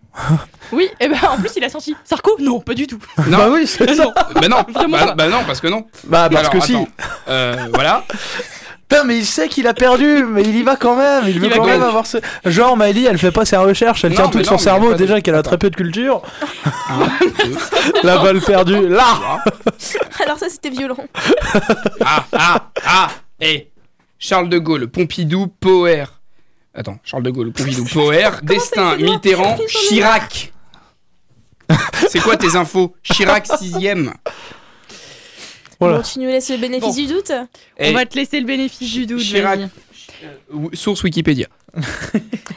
Speaker 2: Oui, et ben en plus il a sorti Sarko Non, pas du tout.
Speaker 5: Non,
Speaker 8: Bah oui, c'est ça.
Speaker 5: bah non,
Speaker 2: Vraiment
Speaker 5: bah,
Speaker 2: pas.
Speaker 5: bah non, parce que non.
Speaker 8: Bah, parce
Speaker 5: Alors,
Speaker 8: que si.
Speaker 5: attends. Euh, voilà.
Speaker 8: Putain, mais il sait qu'il a perdu, mais il y va quand même. Il veut
Speaker 5: va
Speaker 8: quand
Speaker 5: quand
Speaker 8: même
Speaker 5: même.
Speaker 8: avoir ce. Genre, Maëlie, elle fait pas ses recherches, elle
Speaker 5: Non,
Speaker 8: tient
Speaker 5: mais
Speaker 8: tout de
Speaker 5: non,
Speaker 8: son
Speaker 5: mais y a
Speaker 8: cerveau.
Speaker 5: pas de-
Speaker 8: Déjà qu'elle a
Speaker 5: Attends.
Speaker 8: très peu de culture.
Speaker 5: Un, deux,
Speaker 8: La balle perdue, là
Speaker 5: trois.
Speaker 3: Alors, ça, c'était violent.
Speaker 5: Ah, ah, ah. Eh. Charles de Gaulle, Pompidou, Poher. Attends, Charles de Gaulle, Pompidou, Poher, Destin,
Speaker 3: c'est moi
Speaker 5: Mitterrand,
Speaker 3: Ils sont
Speaker 5: Chirac. C'est quoi tes infos Chirac sixième.
Speaker 8: Voilà.
Speaker 3: Bon, tu nous laisses le bénéfice
Speaker 2: Bon.
Speaker 3: du doute.
Speaker 5: Eh,
Speaker 2: On va te laisser le bénéfice du doute.
Speaker 5: Chirac.
Speaker 2: vas-y.
Speaker 5: euh, source Wikipédia.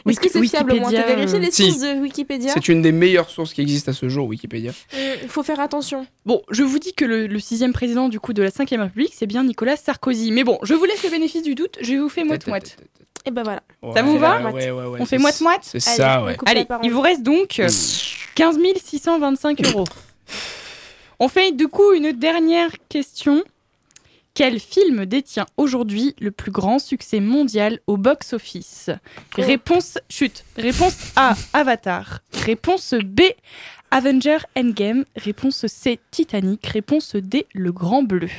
Speaker 3: Est-ce que c'est fiable au moins T'as
Speaker 2: Wikipédia, euh.
Speaker 3: vérifié les
Speaker 5: Si.
Speaker 3: sources de Wikipédia
Speaker 5: C'est une des meilleures sources qui existent à ce jour, Wikipédia.
Speaker 3: Il Euh, faut faire attention.
Speaker 2: Bon, je vous dis que le, le sixième président du coup de la Ve République, c'est bien Nicolas Sarkozy. Mais bon, je vous laisse le bénéfice du doute, je vous fais moite-moite.
Speaker 3: Et ben voilà.
Speaker 2: Ça vous
Speaker 5: Ouais,
Speaker 2: va
Speaker 5: ouais, ouais, ouais, ouais,
Speaker 2: On fait
Speaker 5: c'est-
Speaker 2: moite-moite
Speaker 5: C'est
Speaker 3: Allez,
Speaker 5: ça,
Speaker 3: on
Speaker 5: ouais.
Speaker 3: coupe la
Speaker 2: Allez,
Speaker 3: parole.
Speaker 2: il vous reste donc euh,
Speaker 8: Hmm.
Speaker 2: 15 625 euros. On fait du coup une dernière question. Quel film détient aujourd'hui le plus grand succès mondial au box-office
Speaker 3: Oh.
Speaker 2: Réponse chute. Réponse A Avatar. Réponse B Avenger Endgame. Réponse C Titanic. Réponse D Le Grand Bleu.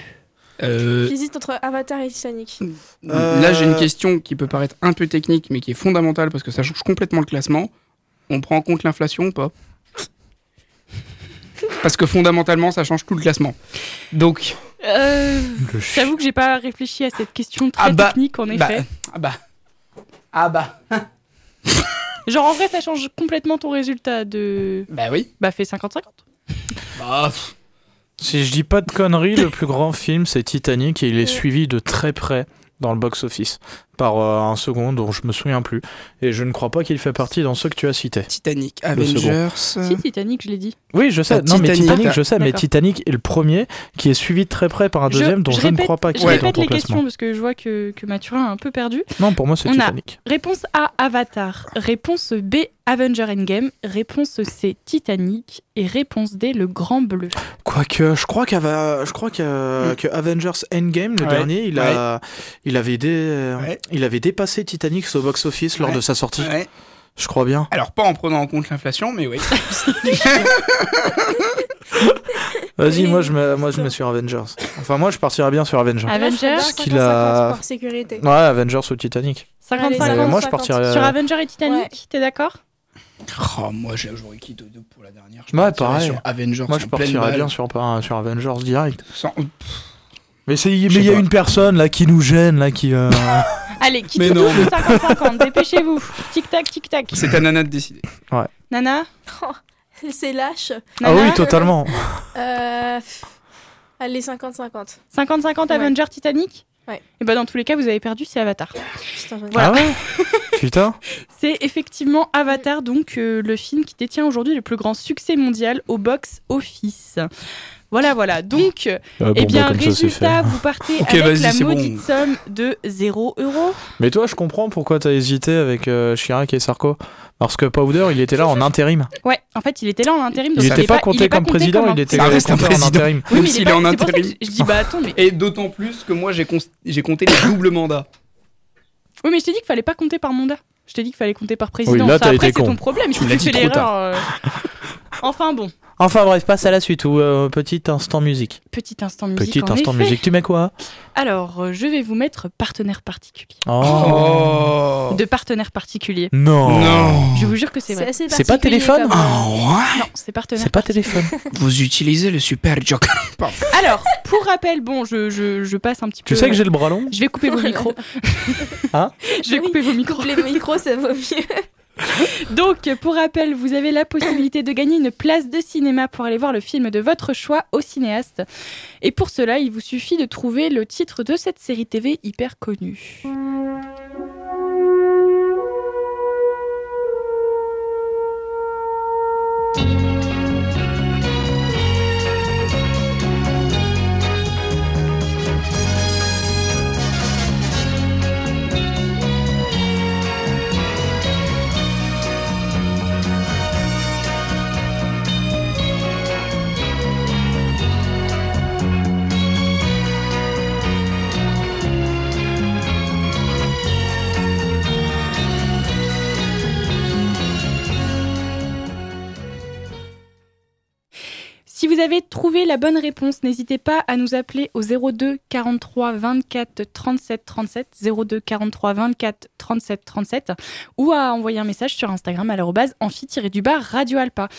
Speaker 5: Euh,
Speaker 3: J'hésite entre Avatar et Titanic.
Speaker 5: Là, j'ai une question qui peut paraître un peu technique, mais qui est fondamentale parce que ça change complètement le classement. On prend en compte l'inflation ou pas Parce que fondamentalement, ça change tout le classement. Donc,
Speaker 2: Euh, J'avoue que j'ai pas réfléchi à cette question très
Speaker 5: Ah bah,
Speaker 2: technique en
Speaker 5: bah,
Speaker 2: effet.
Speaker 5: ah bah, ah bah,
Speaker 2: Genre en vrai, ça change complètement ton résultat de.
Speaker 5: bah oui.
Speaker 2: Bah, fais 50-50.
Speaker 5: Bah, pff.
Speaker 8: Si je dis pas de conneries, le plus grand film c'est Titanic et il est suivi de très près dans le box-office par euh, un second dont je me souviens plus et je ne crois pas qu'il fait partie dans ceux que tu as cités.
Speaker 5: Titanic,
Speaker 8: Le second.
Speaker 5: Avengers.
Speaker 2: Si, Titanic, je l'ai dit.
Speaker 8: Oui, je sais.
Speaker 5: Ah,
Speaker 8: non, mais
Speaker 5: Titanic,
Speaker 8: Bah, Titanic,
Speaker 5: ah.
Speaker 8: je sais, mais
Speaker 2: D'accord.
Speaker 8: Titanic est le premier qui est suivi de très près par un deuxième dont je, ne
Speaker 2: répète-
Speaker 8: crois pas qu'il
Speaker 2: Je
Speaker 8: est dans
Speaker 2: répète
Speaker 8: ton
Speaker 2: les
Speaker 8: classement.
Speaker 2: questions parce que je vois que, que Mathurin a un peu perdu.
Speaker 8: Non, pour moi c'est
Speaker 2: On a-
Speaker 8: Titanic.
Speaker 2: Réponse A, Avatar. Réponse B, Avenger Endgame. Réponse C, Titanic. Et réponse D, Le Grand Bleu.
Speaker 6: Quoique, je crois, qu'ava- je crois
Speaker 8: Hmm.
Speaker 6: que, que Avengers Endgame, le
Speaker 5: Ouais.
Speaker 6: dernier, il, a, il, avait dé-
Speaker 5: Ouais.
Speaker 6: il avait dépassé Titanic au box-office lors
Speaker 5: Ouais.
Speaker 6: de sa sortie.
Speaker 5: Ouais.
Speaker 6: Je crois bien.
Speaker 5: Alors, pas en prenant en compte l'inflation, mais oui.
Speaker 8: Vas-y, moi je me, moi je me suis Avengers. Enfin, moi je partirais bien sur Avengers.
Speaker 2: Avengers,
Speaker 8: ce qu'il a-
Speaker 3: Par sécurité.
Speaker 8: Ouais, Avengers ou Titanic.
Speaker 3: Allez,
Speaker 8: Mais
Speaker 2: 50-50
Speaker 8: moi je
Speaker 3: 50.
Speaker 8: partirais.
Speaker 2: sur Avenger et Titanic, t'es d'accord
Speaker 5: oh, moi, j'ai- j'aurais quitté deux pour la dernière. Je
Speaker 8: Ouais,
Speaker 5: partirais
Speaker 8: pareil.
Speaker 5: Sur Avengers,
Speaker 8: Moi, je
Speaker 5: en pleine
Speaker 8: partirais
Speaker 5: balle.
Speaker 8: bien sur, par- sur Avengers direct.
Speaker 5: Sans-
Speaker 8: Mais
Speaker 5: sais
Speaker 8: il y a
Speaker 5: pas.
Speaker 8: une personne là qui nous gêne, là qui. euh,
Speaker 2: Allez, quitte
Speaker 5: Mais
Speaker 2: tout
Speaker 5: non.
Speaker 2: le 50-50, dépêchez-vous. Tic-tac, tic-tac.
Speaker 5: C'est à Nana de décider.
Speaker 2: Nana,
Speaker 3: C'est lâche.
Speaker 8: ah
Speaker 2: Nana
Speaker 8: oui, totalement.
Speaker 3: Euh, pff, Allez, 50-50.
Speaker 2: 50-50
Speaker 3: Ouais.
Speaker 2: Avenger Titanic
Speaker 3: Ouais.
Speaker 2: Et bah dans tous les cas, vous avez perdu, c'est Avatar.
Speaker 3: Putain, j'en ai-
Speaker 2: Voilà.
Speaker 8: Ah ouais Putain.
Speaker 2: C'est effectivement Avatar, donc euh, le film qui détient aujourd'hui le plus grand succès mondial au box office. Voilà, voilà. Donc,
Speaker 8: Ah,
Speaker 2: euh,
Speaker 8: bah,
Speaker 2: eh bien, résultat, vous partez
Speaker 5: Ok,
Speaker 2: avec
Speaker 5: vas-y,
Speaker 2: la
Speaker 5: c'est bon.
Speaker 2: maudite somme de 0 euros.
Speaker 8: Mais toi, je comprends pourquoi t'as hésité avec euh, Chirac et Sarko. Parce que Powder, il était là en intérim.
Speaker 2: Ouais, en fait, il était là en intérim. donc
Speaker 8: Il était
Speaker 2: est
Speaker 8: pas
Speaker 2: il
Speaker 8: compté
Speaker 2: est pas
Speaker 8: comme président,
Speaker 2: comme
Speaker 8: il
Speaker 2: un-
Speaker 8: était
Speaker 5: Ça reste un
Speaker 8: compté en
Speaker 5: président.
Speaker 8: intérim.
Speaker 2: Oui,
Speaker 5: Même
Speaker 2: mais il est
Speaker 5: s'il
Speaker 2: pas-
Speaker 5: est en
Speaker 2: c'est pour ça que
Speaker 5: intérim.
Speaker 2: Je je dis, bah attends, mais.
Speaker 5: Et d'autant plus que moi, j'ai cons- j'ai compté les doubles mandats.
Speaker 2: Oui, mais je t'ai dit qu'il fallait pas compter par mandat. Je t'ai dit qu'il fallait compter par président.
Speaker 8: là,
Speaker 2: Ça,
Speaker 8: t'as
Speaker 2: après,
Speaker 8: été
Speaker 2: c'est
Speaker 8: con.
Speaker 2: ton problème. si
Speaker 5: me l'as
Speaker 2: tu
Speaker 5: dit
Speaker 2: fais
Speaker 5: trop
Speaker 2: l'erreur. euh. Enfin bon,
Speaker 8: Enfin bref, passe à la suite ou euh, petit instant musique.
Speaker 2: petit instant musique.
Speaker 8: Petit
Speaker 2: en
Speaker 8: instant
Speaker 2: effet.
Speaker 8: musique, tu mets quoi
Speaker 2: Alors, euh, je vais vous mettre partenaire particulier.
Speaker 8: Oh,
Speaker 2: De partenaire particulier.
Speaker 8: non.
Speaker 5: Non. Ah,
Speaker 2: Je vous jure que c'est vrai.
Speaker 3: assez
Speaker 8: C'est pas
Speaker 3: particulier
Speaker 8: téléphone
Speaker 3: comme-
Speaker 2: Non, c'est partenaire.
Speaker 8: C'est pas téléphone.
Speaker 5: Vous utilisez le super joker.
Speaker 2: Alors, pour rappel, bon, je, je, je passe un petit peu.
Speaker 8: tu sais que j'ai le bras long
Speaker 2: Je vais couper vos micros.
Speaker 8: Hein
Speaker 2: Je vais couper vos
Speaker 5: Oh.
Speaker 2: micros.
Speaker 3: Coupe euh, les micros, ça vaut mieux.
Speaker 2: Donc, pour rappel, vous avez la possibilité de gagner une place de cinéma pour aller voir le film de votre choix au cinéaste. Et pour cela, il vous suffit de trouver le titre de cette série TV hyper connue. Si vous avez trouvé la bonne réponse, n'hésitez pas à nous appeler au 02 43 24 37 37 02 43 24 37 37 ou à envoyer un message sur Instagram à l'arrobase amphi-du-bar Radio Alpa.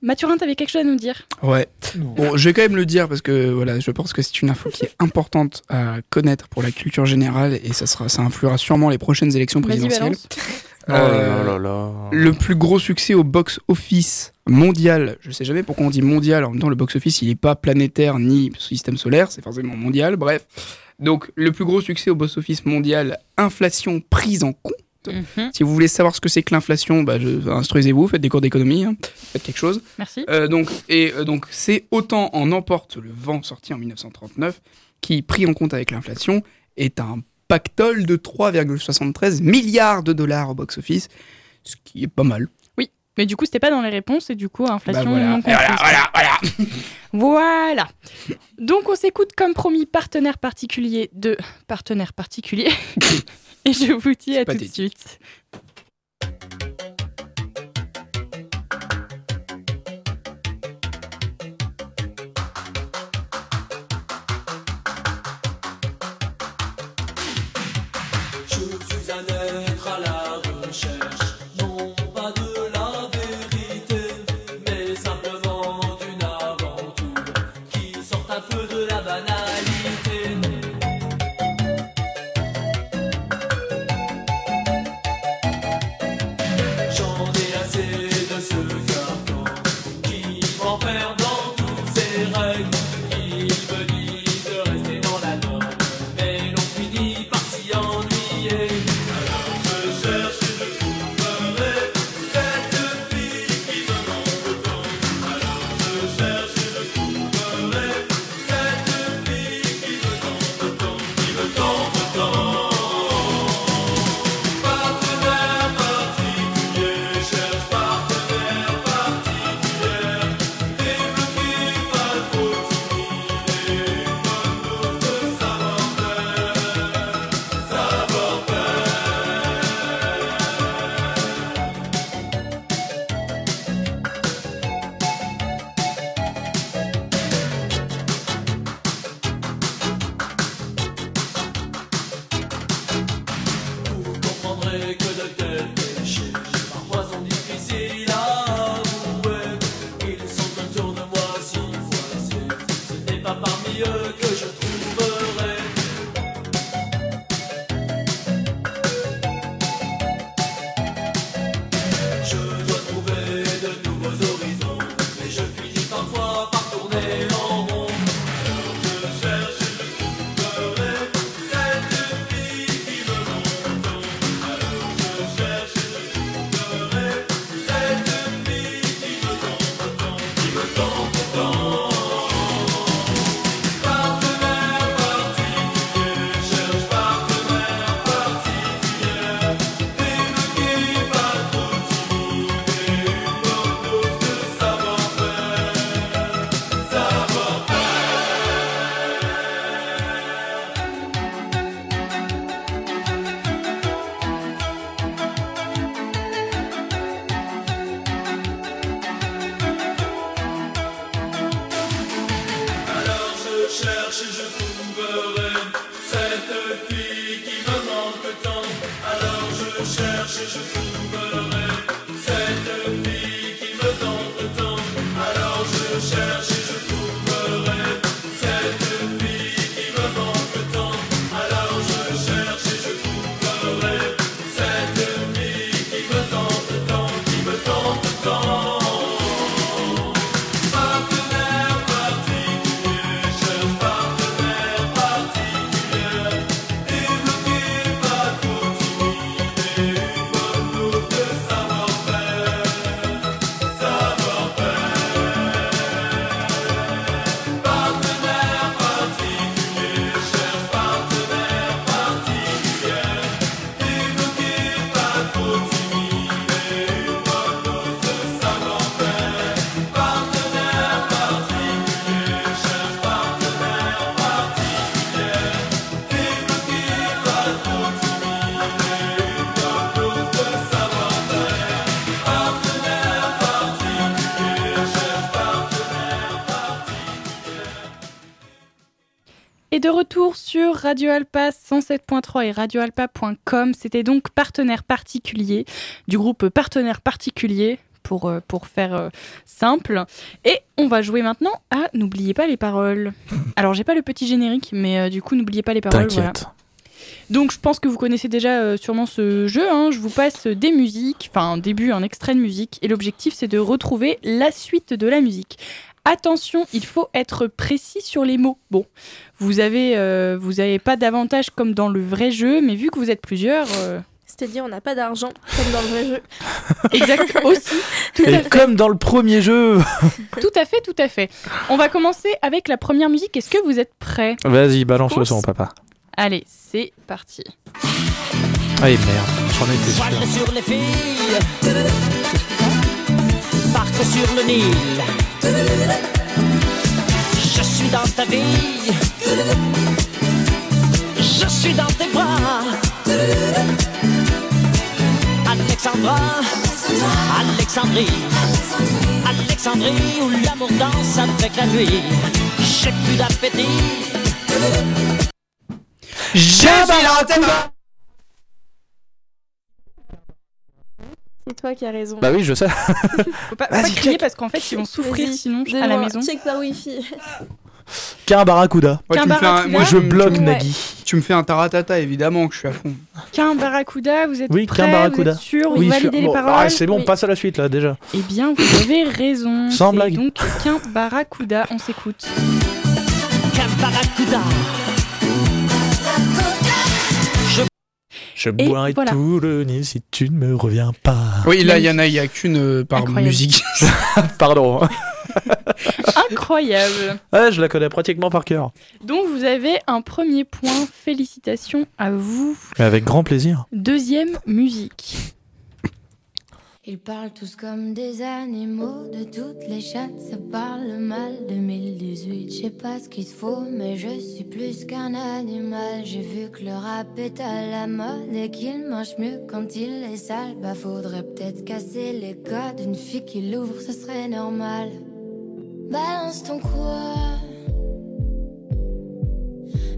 Speaker 2: Mathurin, t'avais quelque chose à nous dire
Speaker 5: Ouais. Bon, je vais quand même le dire parce que voilà, je pense que c'est une info qui est importante à connaître pour la culture générale et ça sera, ça influera sûrement les prochaines élections
Speaker 2: Vas-y,
Speaker 5: présidentielles.
Speaker 2: balance.
Speaker 8: Oh
Speaker 5: Euh,
Speaker 8: là là là.
Speaker 5: Le plus gros succès au box-office mondial, je sais jamais pourquoi on dit mondial, en même temps le box-office il n'est pas planétaire ni système solaire, c'est forcément mondial, bref. Donc le plus gros succès au box-office mondial, inflation prise en compte.
Speaker 2: Mhm,
Speaker 5: Si vous voulez savoir ce que c'est que l'inflation, bah, je- instruisez-vous, faites des cours d'économie, hein, faites quelque chose.
Speaker 2: Merci.
Speaker 5: Euh, donc, et euh, donc, c'est autant en emporte le vent sorti en 1939 qui, pris en compte avec l'inflation, est un pactole de 3,73 milliards de dollars au box-office, ce qui est pas mal.
Speaker 2: Mais du coup, c'était pas dans les réponses et du coup, inflation
Speaker 5: Bah voilà.
Speaker 2: non
Speaker 5: Et voilà,
Speaker 2: comprise.
Speaker 5: voilà, voilà.
Speaker 2: Voilà. Donc on s'écoute comme promis partenaire particulier de partenaire particulier. Et je vous dis à tout de
Speaker 5: pathétique.
Speaker 2: suite.
Speaker 9: montrer que le tel péché parfois sont difficiles à avouer. Ils sont autour de moi si voisés. Ce n'est pas parmi eux que je trouverai. Je dois trouver de nouveaux horizons, mais je finis parfois par tourner en rond. Je cherche et je trouverai cette fille qui me monte. Alors je cherche et je trouverai cette fille qui me tente, qui me tente tant. Partenaire particulier, cherche partenaire particulier. Des meufs qui pas trop timides et une bonne dose de savoir-faire, savoir-faire. Alors je cherche et je trouverai cette fille qui me manque tant. Alors je cherche et je trouverai cette fille qui me tente tant. Alors je cherche et je trouverai cette fille qui me manque tant. Alors je cherche et je trouverai cette fille qui me tente tant, qui me tente tant. Partenaire particulier, cherche partenaire particulier, débloqué par trop timide et une bonne dose de savoir-faire, savoir-faire. Partenaire particulier, cherche partenaire particulier, débloqué par trop timide et une bonne dose de savoir-faire. Partenaire particulier, cherche partenaire particulier, débloqué par trop timide et une bonne dose de savoir-faire. Partenaire particulier, cherche partenaire
Speaker 2: Et de retour sur Radio Alpa 107.3 et radioalpa.com, c'était donc partenaire particulier du groupe Partenaire particulier pour, euh, pour faire euh, simple. Et on va jouer maintenant à N'oubliez pas les paroles. Alors j'ai pas le petit générique, mais euh, du coup n'oubliez pas les paroles. voilà.
Speaker 10: T'inquiète.
Speaker 2: Donc je pense que vous connaissez déjà euh, sûrement ce jeu. hein. Je vous passe des musiques, enfin un début, un extrait de musique, et l'objectif c'est de retrouver la suite de la musique. Attention, il faut être précis sur les mots. Bon, vous avez, euh, vous avez pas d'avantage comme dans le vrai jeu, mais vu que vous êtes plusieurs, euh,
Speaker 3: C'est-à-dire, on n'a pas d'argent, comme dans le vrai jeu.
Speaker 2: exact aussi. Tout à
Speaker 8: Et
Speaker 2: fait.
Speaker 8: comme dans le premier jeu.
Speaker 2: Tout à fait, tout à fait. On va commencer avec la première musique. Est-ce que vous êtes prêts
Speaker 8: Vas-y, balance le son, papa.
Speaker 2: Allez, c'est parti.
Speaker 8: Allez, merde, j'en étais sûr.
Speaker 6: Voile sur les filles, parc sur le Nil. Je suis dans ta vie, je suis dans tes bras. Alexandra, Alexandrie, Alexandrie où l'amour danse avec la nuit. J'ai plus d'appétit.
Speaker 5: J'ai la tête
Speaker 3: C'est toi qui as raison.
Speaker 10: Bah oui, je sais.
Speaker 2: Faut pas, faut pas crier parce qu'en fait, ils vont souffrir
Speaker 3: Vas-y,
Speaker 2: sinon à
Speaker 3: donne-moi
Speaker 2: la
Speaker 3: un
Speaker 2: maison.
Speaker 3: Check par wifi.
Speaker 8: Qu'un barracuda.
Speaker 5: Moi, tu me fais un-
Speaker 2: Qu'un
Speaker 5: moi,
Speaker 8: Je bloque
Speaker 3: Ouais.
Speaker 8: Nagui.
Speaker 5: Tu me fais un taratata, évidemment, que je suis à fond.
Speaker 2: Qu'un barracuda, vous êtes
Speaker 8: Oui, qu'un
Speaker 2: prêts, vous
Speaker 8: barracuda.
Speaker 2: êtes sûr,
Speaker 8: je
Speaker 2: vous
Speaker 8: suis-
Speaker 2: validez les
Speaker 8: bon,
Speaker 2: paroles
Speaker 8: ah, c'est bon,
Speaker 3: Oui.
Speaker 8: passe à la suite là déjà.
Speaker 2: Eh bien, vous avez raison.
Speaker 8: Sans
Speaker 2: C'est
Speaker 8: blague.
Speaker 2: Donc, qu'un barracuda, on s'écoute.
Speaker 6: Qu'un barracuda,
Speaker 8: Je
Speaker 2: boirai voilà.
Speaker 8: tout le nid si tu ne me reviens pas.
Speaker 5: Oui, là, il y en a, il y a qu'une euh, par
Speaker 2: Incroyable.
Speaker 5: musique.
Speaker 8: Pardon.
Speaker 2: Incroyable.
Speaker 8: Ouais, je la connais pratiquement par cœur.
Speaker 2: Donc, vous avez un premier point. Félicitations à vous.
Speaker 8: Mais avec grand plaisir.
Speaker 2: Deuxième musique.
Speaker 11: Ils parlent tous comme des animaux, de toutes les chattes, ça parle mal. 2018, je sais pas ce qu'il te faut, mais je suis plus qu'un animal. J'ai vu que le rap est à la mode et qu'il mange mieux quand il est sale. Bah faudrait peut-être casser les codes, une fille qui l'ouvre, ce serait normal. Balance ton quoi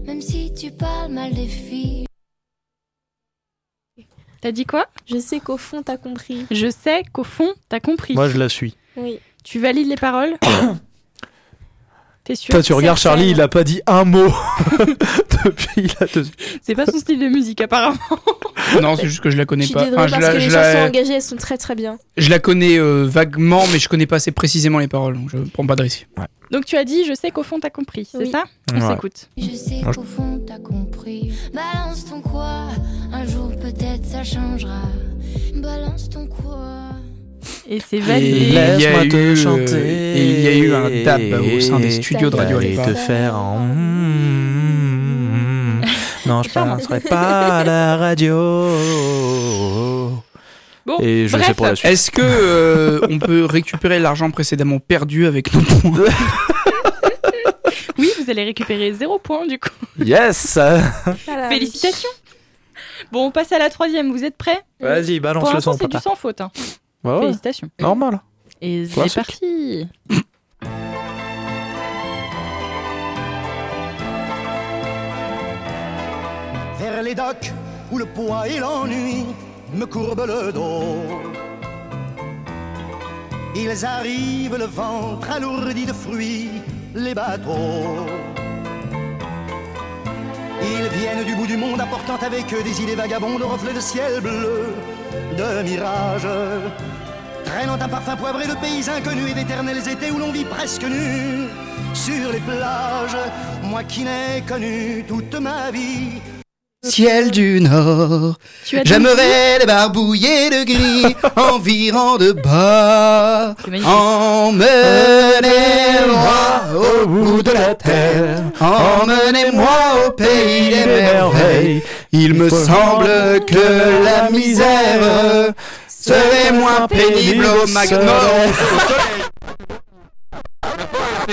Speaker 11: Même si tu parles mal des filles.
Speaker 2: T'as dit quoi
Speaker 3: Je sais qu'au fond, t'as compris.
Speaker 2: Je sais qu'au fond, t'as compris.
Speaker 8: Moi, je la suis.
Speaker 3: Oui.
Speaker 2: Tu valides les paroles T'es sûr
Speaker 8: Putain, tu regardes Charlie, il a pas dit un mot depuis la
Speaker 2: C'est pas son style de musique, apparemment.
Speaker 5: Non, c'est juste que je la
Speaker 3: Je
Speaker 5: connais
Speaker 3: suis
Speaker 5: pas.
Speaker 3: désolée
Speaker 5: Enfin,
Speaker 3: parce
Speaker 5: je, la,
Speaker 3: que les
Speaker 5: je
Speaker 3: chansons
Speaker 5: la-
Speaker 3: engagées, elles sont très très bien.
Speaker 5: je la connais euh, vaguement, mais je connais pas assez précisément les paroles, donc je prends pas de risque.
Speaker 2: Donc tu as dit, je sais qu'au fond, t'as compris, c'est ça On
Speaker 5: Ouais.
Speaker 2: s'écoute.
Speaker 11: Je sais
Speaker 5: Moi, je-
Speaker 11: qu'au fond t'as compris. Balance ton quoi, un jour peut-être ça changera. Balance ton quoi.
Speaker 2: Et c'est
Speaker 8: Et
Speaker 2: validé.
Speaker 5: il y a
Speaker 8: Laisse-moi
Speaker 5: eu, euh,
Speaker 8: te chanter.
Speaker 5: et il y a eu un dab au sein des studios de Radio
Speaker 8: J'allais
Speaker 5: Alpa.
Speaker 8: te faire un.
Speaker 2: Mm.
Speaker 8: Non, je passerai pas à la radio.
Speaker 2: Bon,
Speaker 8: Et je sais pour la suite.
Speaker 5: Est-ce que euh, on peut récupérer l'argent précédemment perdu avec nos points
Speaker 2: Oui, vous allez récupérer 0 point du coup.
Speaker 8: Yes
Speaker 2: Félicitations Ah, Bon, on passe à la troisième, vous êtes prêts
Speaker 8: Vas-y, balance
Speaker 2: Pour
Speaker 8: le
Speaker 2: l'instant,
Speaker 8: son,
Speaker 2: c'est du
Speaker 8: papa.
Speaker 2: sans faute. hein.
Speaker 8: Bah ouais.
Speaker 2: Félicitations.
Speaker 8: Normal.
Speaker 2: Et c'est
Speaker 8: Classique.
Speaker 2: parti
Speaker 12: vers les docks où le poids et l'ennui me courbent le dos. Ils arrivent le ventre alourdi de fruits, les bateaux. Ils viennent du bout du monde apportant avec eux des idées vagabondes aux reflets de ciel bleu, de mirages, traînant un parfum poivré de pays inconnus et d'éternels étés où l'on vit presque nu sur les plages. Moi qui n'ai connu toute ma vie
Speaker 13: Ciel du Nord,
Speaker 12: Tu as
Speaker 13: j'aimerais les barbouiller de gris, environ de bas, emmenez-moi au bout de la terre, emmenez-moi au pays des merveilles. Il me semble que la misère serait moins pénible au Magnum.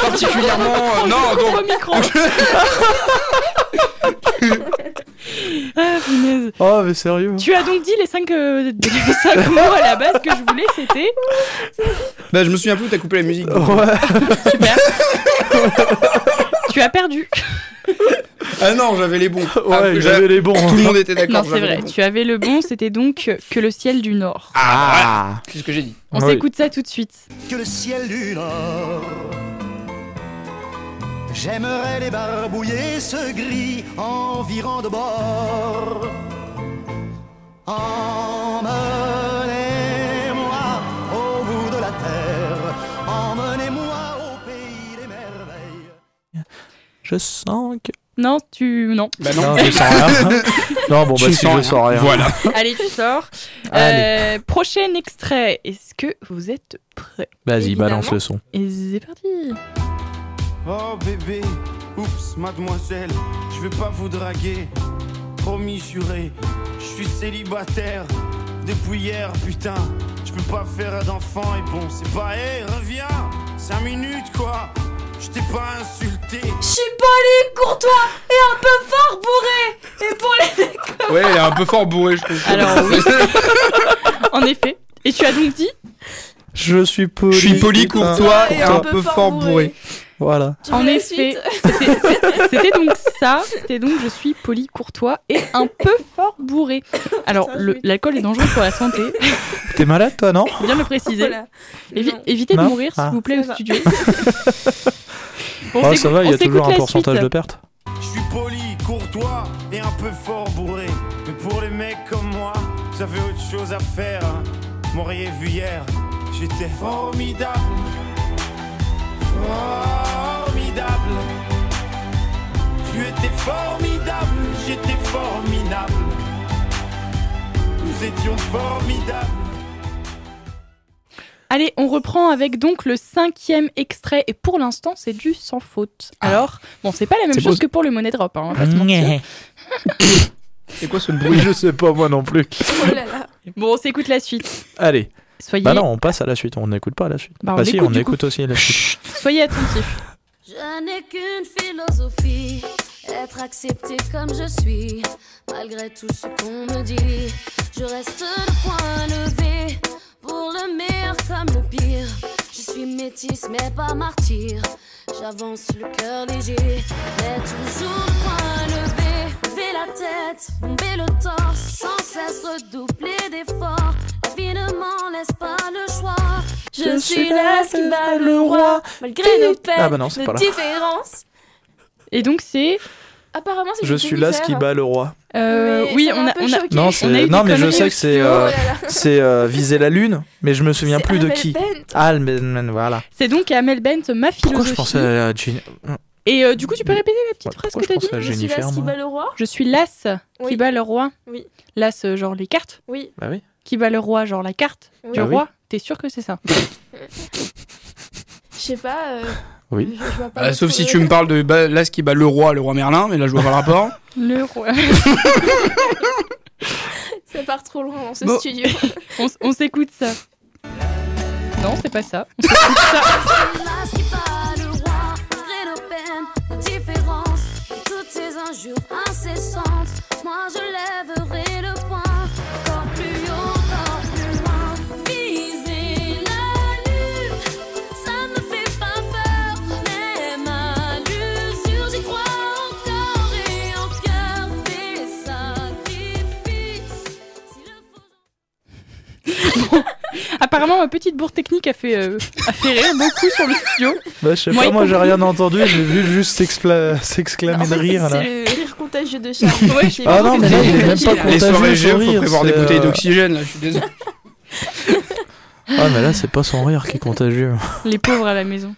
Speaker 5: Particulièrement. euh, non, donc.
Speaker 2: Ah, punaise.
Speaker 8: Oh, mais sérieux.
Speaker 2: Tu as donc dit les 5 mots à la base que je voulais, c'était
Speaker 5: Bah, je me souviens plus où t'as coupé la musique.
Speaker 2: tu as perdu.
Speaker 5: Ah non, j'avais les bons. Ah,
Speaker 8: Ouais, j'avais les bons. hein.
Speaker 5: Tout le monde était
Speaker 2: Non,
Speaker 5: d'accord.
Speaker 2: c'est
Speaker 5: j'avais les
Speaker 2: vrai.
Speaker 5: bons.
Speaker 2: Tu avais le bon, c'était donc que le ciel du nord.
Speaker 5: Ah, voilà. C'est ce que j'ai dit.
Speaker 2: On s'écoute ça tout de suite.
Speaker 12: que le ciel du nord. J'aimerais les barbouiller ce gris environ de bord. Emmenez-moi au bout de la terre, emmenez-moi au pays des merveilles.
Speaker 8: Je sens que.
Speaker 2: Non, tu. Non.
Speaker 8: Bah non. Non, je sens rien. Non, bon, bah,
Speaker 5: Tu
Speaker 8: si
Speaker 5: sens
Speaker 8: je
Speaker 5: rien.
Speaker 8: sens rien.
Speaker 5: Voilà.
Speaker 2: Allez, tu sors.
Speaker 8: Allez.
Speaker 2: Euh, prochain extrait. Est-ce que vous êtes prêts
Speaker 8: Vas-y, balance le son.
Speaker 2: Et c'est parti.
Speaker 14: Oh bébé, oups, mademoiselle, je vais pas vous draguer. Promis juré, je suis célibataire depuis hier, putain. Je peux pas faire d'enfant et bon, c'est pas, hé, reviens, 5 minutes quoi. Je t'ai pas insulté.
Speaker 7: Je suis poli, courtois et un peu fort bourré. Et pour les
Speaker 5: Ouais, il est un peu fort bourré, je trouve. Alors,
Speaker 2: En effet. Et tu as donc dit
Speaker 8: Je suis poli.
Speaker 5: Je suis poli, courtois et un peu fort bourré.
Speaker 8: Voilà.
Speaker 2: En effet, c'était- c'était- c'était donc ça. C'était donc je suis poli, courtois et un peu fort bourré. Alors, le- l'alcool est dangereux pour la santé.
Speaker 8: T'es malade, toi, non
Speaker 2: Bien le préciser.
Speaker 3: Voilà.
Speaker 2: Évi- évitez de
Speaker 8: Non
Speaker 2: mourir,
Speaker 8: Ah.
Speaker 2: s'il vous plaît, au studio.
Speaker 8: Ah, ça va, il y
Speaker 14: on
Speaker 8: a toujours
Speaker 14: s'écoute
Speaker 8: un
Speaker 14: la
Speaker 8: pourcentage
Speaker 14: suite.
Speaker 8: de perte.
Speaker 14: Je suis poli, courtois et un peu fort bourré. Mais pour les mecs comme moi, vous avez autre chose à faire. hein. Vous M'auriez vu hier, j'étais formidable. Formidable. Tu étais formidable, j'étais formidable. Nous étions formidables.
Speaker 2: Allez, on reprend avec donc le cinquième extrait. Et pour l'instant, c'est du sans faute. Alors, bon, c'est pas la même
Speaker 8: Ah. C'est
Speaker 2: chose
Speaker 8: beau. Mmh.
Speaker 2: que pour le Money Drop, hein, on va pas se mentir.
Speaker 5: C'est quoi ce
Speaker 8: bruit Je sais pas, moi non plus.
Speaker 10: Oh
Speaker 2: Bon, on s'écoute la suite.
Speaker 8: Allez.
Speaker 2: Soyez-
Speaker 8: Bah non, on passe à la suite, on n'écoute pas la suite.
Speaker 2: Bah, on
Speaker 8: si,
Speaker 2: l'écoute,
Speaker 8: on
Speaker 2: du
Speaker 8: écoute aussi la suite.
Speaker 2: Soyez attentifs.
Speaker 10: Je n'ai qu'une philosophie, être accepté comme je suis, malgré tout ce qu'on me dit. Je reste le point levé, pour le meilleur comme le pire. Je suis métisse mais pas martyr, j'avance le cœur léger, mais toujours le point levé. Bomber la tête, bomber le torse, sans cesse redoubler d'efforts. La vie ne m'en laisse pas le choix. Je, suis là,
Speaker 2: qui bat le roi,
Speaker 10: malgré nos peines,
Speaker 8: Ah bah non, c'est
Speaker 10: nos
Speaker 8: pas là.
Speaker 10: différences.
Speaker 2: Et donc c'est.
Speaker 10: Apparemment,
Speaker 2: Ah,
Speaker 10: c'est
Speaker 8: Je suis là ce qui bat le roi.
Speaker 2: Euh, oui, on a, on a-
Speaker 8: Non,
Speaker 2: on a
Speaker 8: c'est
Speaker 2: eu
Speaker 8: non
Speaker 2: des
Speaker 8: mais je
Speaker 2: conneries
Speaker 8: sais
Speaker 2: au
Speaker 8: que c'est
Speaker 2: studio.
Speaker 10: Oh
Speaker 8: euh, c'est euh, viser la lune, mais je me souviens plus de
Speaker 2: Armel
Speaker 8: qui.
Speaker 2: Bent.
Speaker 8: Ah, le- le- le- voilà.
Speaker 2: C'est donc Amel Bent, ma
Speaker 8: Pourquoi je
Speaker 2: philosophie.
Speaker 8: pensais à Mmh. Jean-
Speaker 2: Et euh, du coup, tu peux répéter la petite
Speaker 8: Ouais,
Speaker 2: phrase que
Speaker 8: pourquoi
Speaker 2: t'as
Speaker 8: je
Speaker 2: dit
Speaker 8: pensais à Jennifer, moi
Speaker 10: le roi
Speaker 2: Je suis l'as qui
Speaker 10: Oui.
Speaker 2: bat le roi.
Speaker 10: Oui.
Speaker 2: L'as, euh, genre les cartes.
Speaker 10: Oui.
Speaker 8: Bah oui. Bah
Speaker 2: Qui bat le roi, genre la carte
Speaker 10: Oui.
Speaker 2: du
Speaker 10: Ah oui.
Speaker 2: roi. T'es sûr que c'est ça
Speaker 10: Je sais pas. euh,
Speaker 5: Oui.
Speaker 10: je- je vois pas
Speaker 5: Euh,
Speaker 10: le
Speaker 5: sauf si
Speaker 10: problème.
Speaker 5: tu me parles de bah, là ce qui bat le roi, le roi Merlin, mais là je vois pas le rapport.
Speaker 2: Le roi.
Speaker 10: Ça part trop loin dans ce
Speaker 2: Bon.
Speaker 10: studio.
Speaker 2: on s- on s'écoute ça. Non, c'est pas ça. On s'écoute ça.
Speaker 10: Là, ce qui bat le roi, malgré nos peines, nos différences, et toutes ces injures incessantes. Moi, je lèverai le poing, encore plus haut, encore plus loin. Viser la lune, ça ne me fait pas peur, même à l'usure, j'y crois encore et encore. Des sacrifices.
Speaker 2: Apparemment, ma petite bourre technique a fait, euh, a fait rire beaucoup sur le studio.
Speaker 8: Bah, je sais
Speaker 2: Moi,
Speaker 8: pas,
Speaker 2: y
Speaker 8: moi j'ai
Speaker 2: compris.
Speaker 8: rien entendu, j'ai vu juste s'excla- s'exclamer de rire là.
Speaker 10: C'est le rire contagieux de Charles.
Speaker 8: Ah non, mais là il est même pas
Speaker 5: Les soirées
Speaker 8: contagieux
Speaker 5: géo,
Speaker 8: son
Speaker 5: faut
Speaker 8: rire.
Speaker 5: prévoir des
Speaker 8: c'est,
Speaker 5: bouteilles
Speaker 8: euh,
Speaker 5: d'oxygène là, je suis désolé.
Speaker 8: Ah mais là c'est pas son rire qui est contagieux.
Speaker 2: Les pauvres à la maison.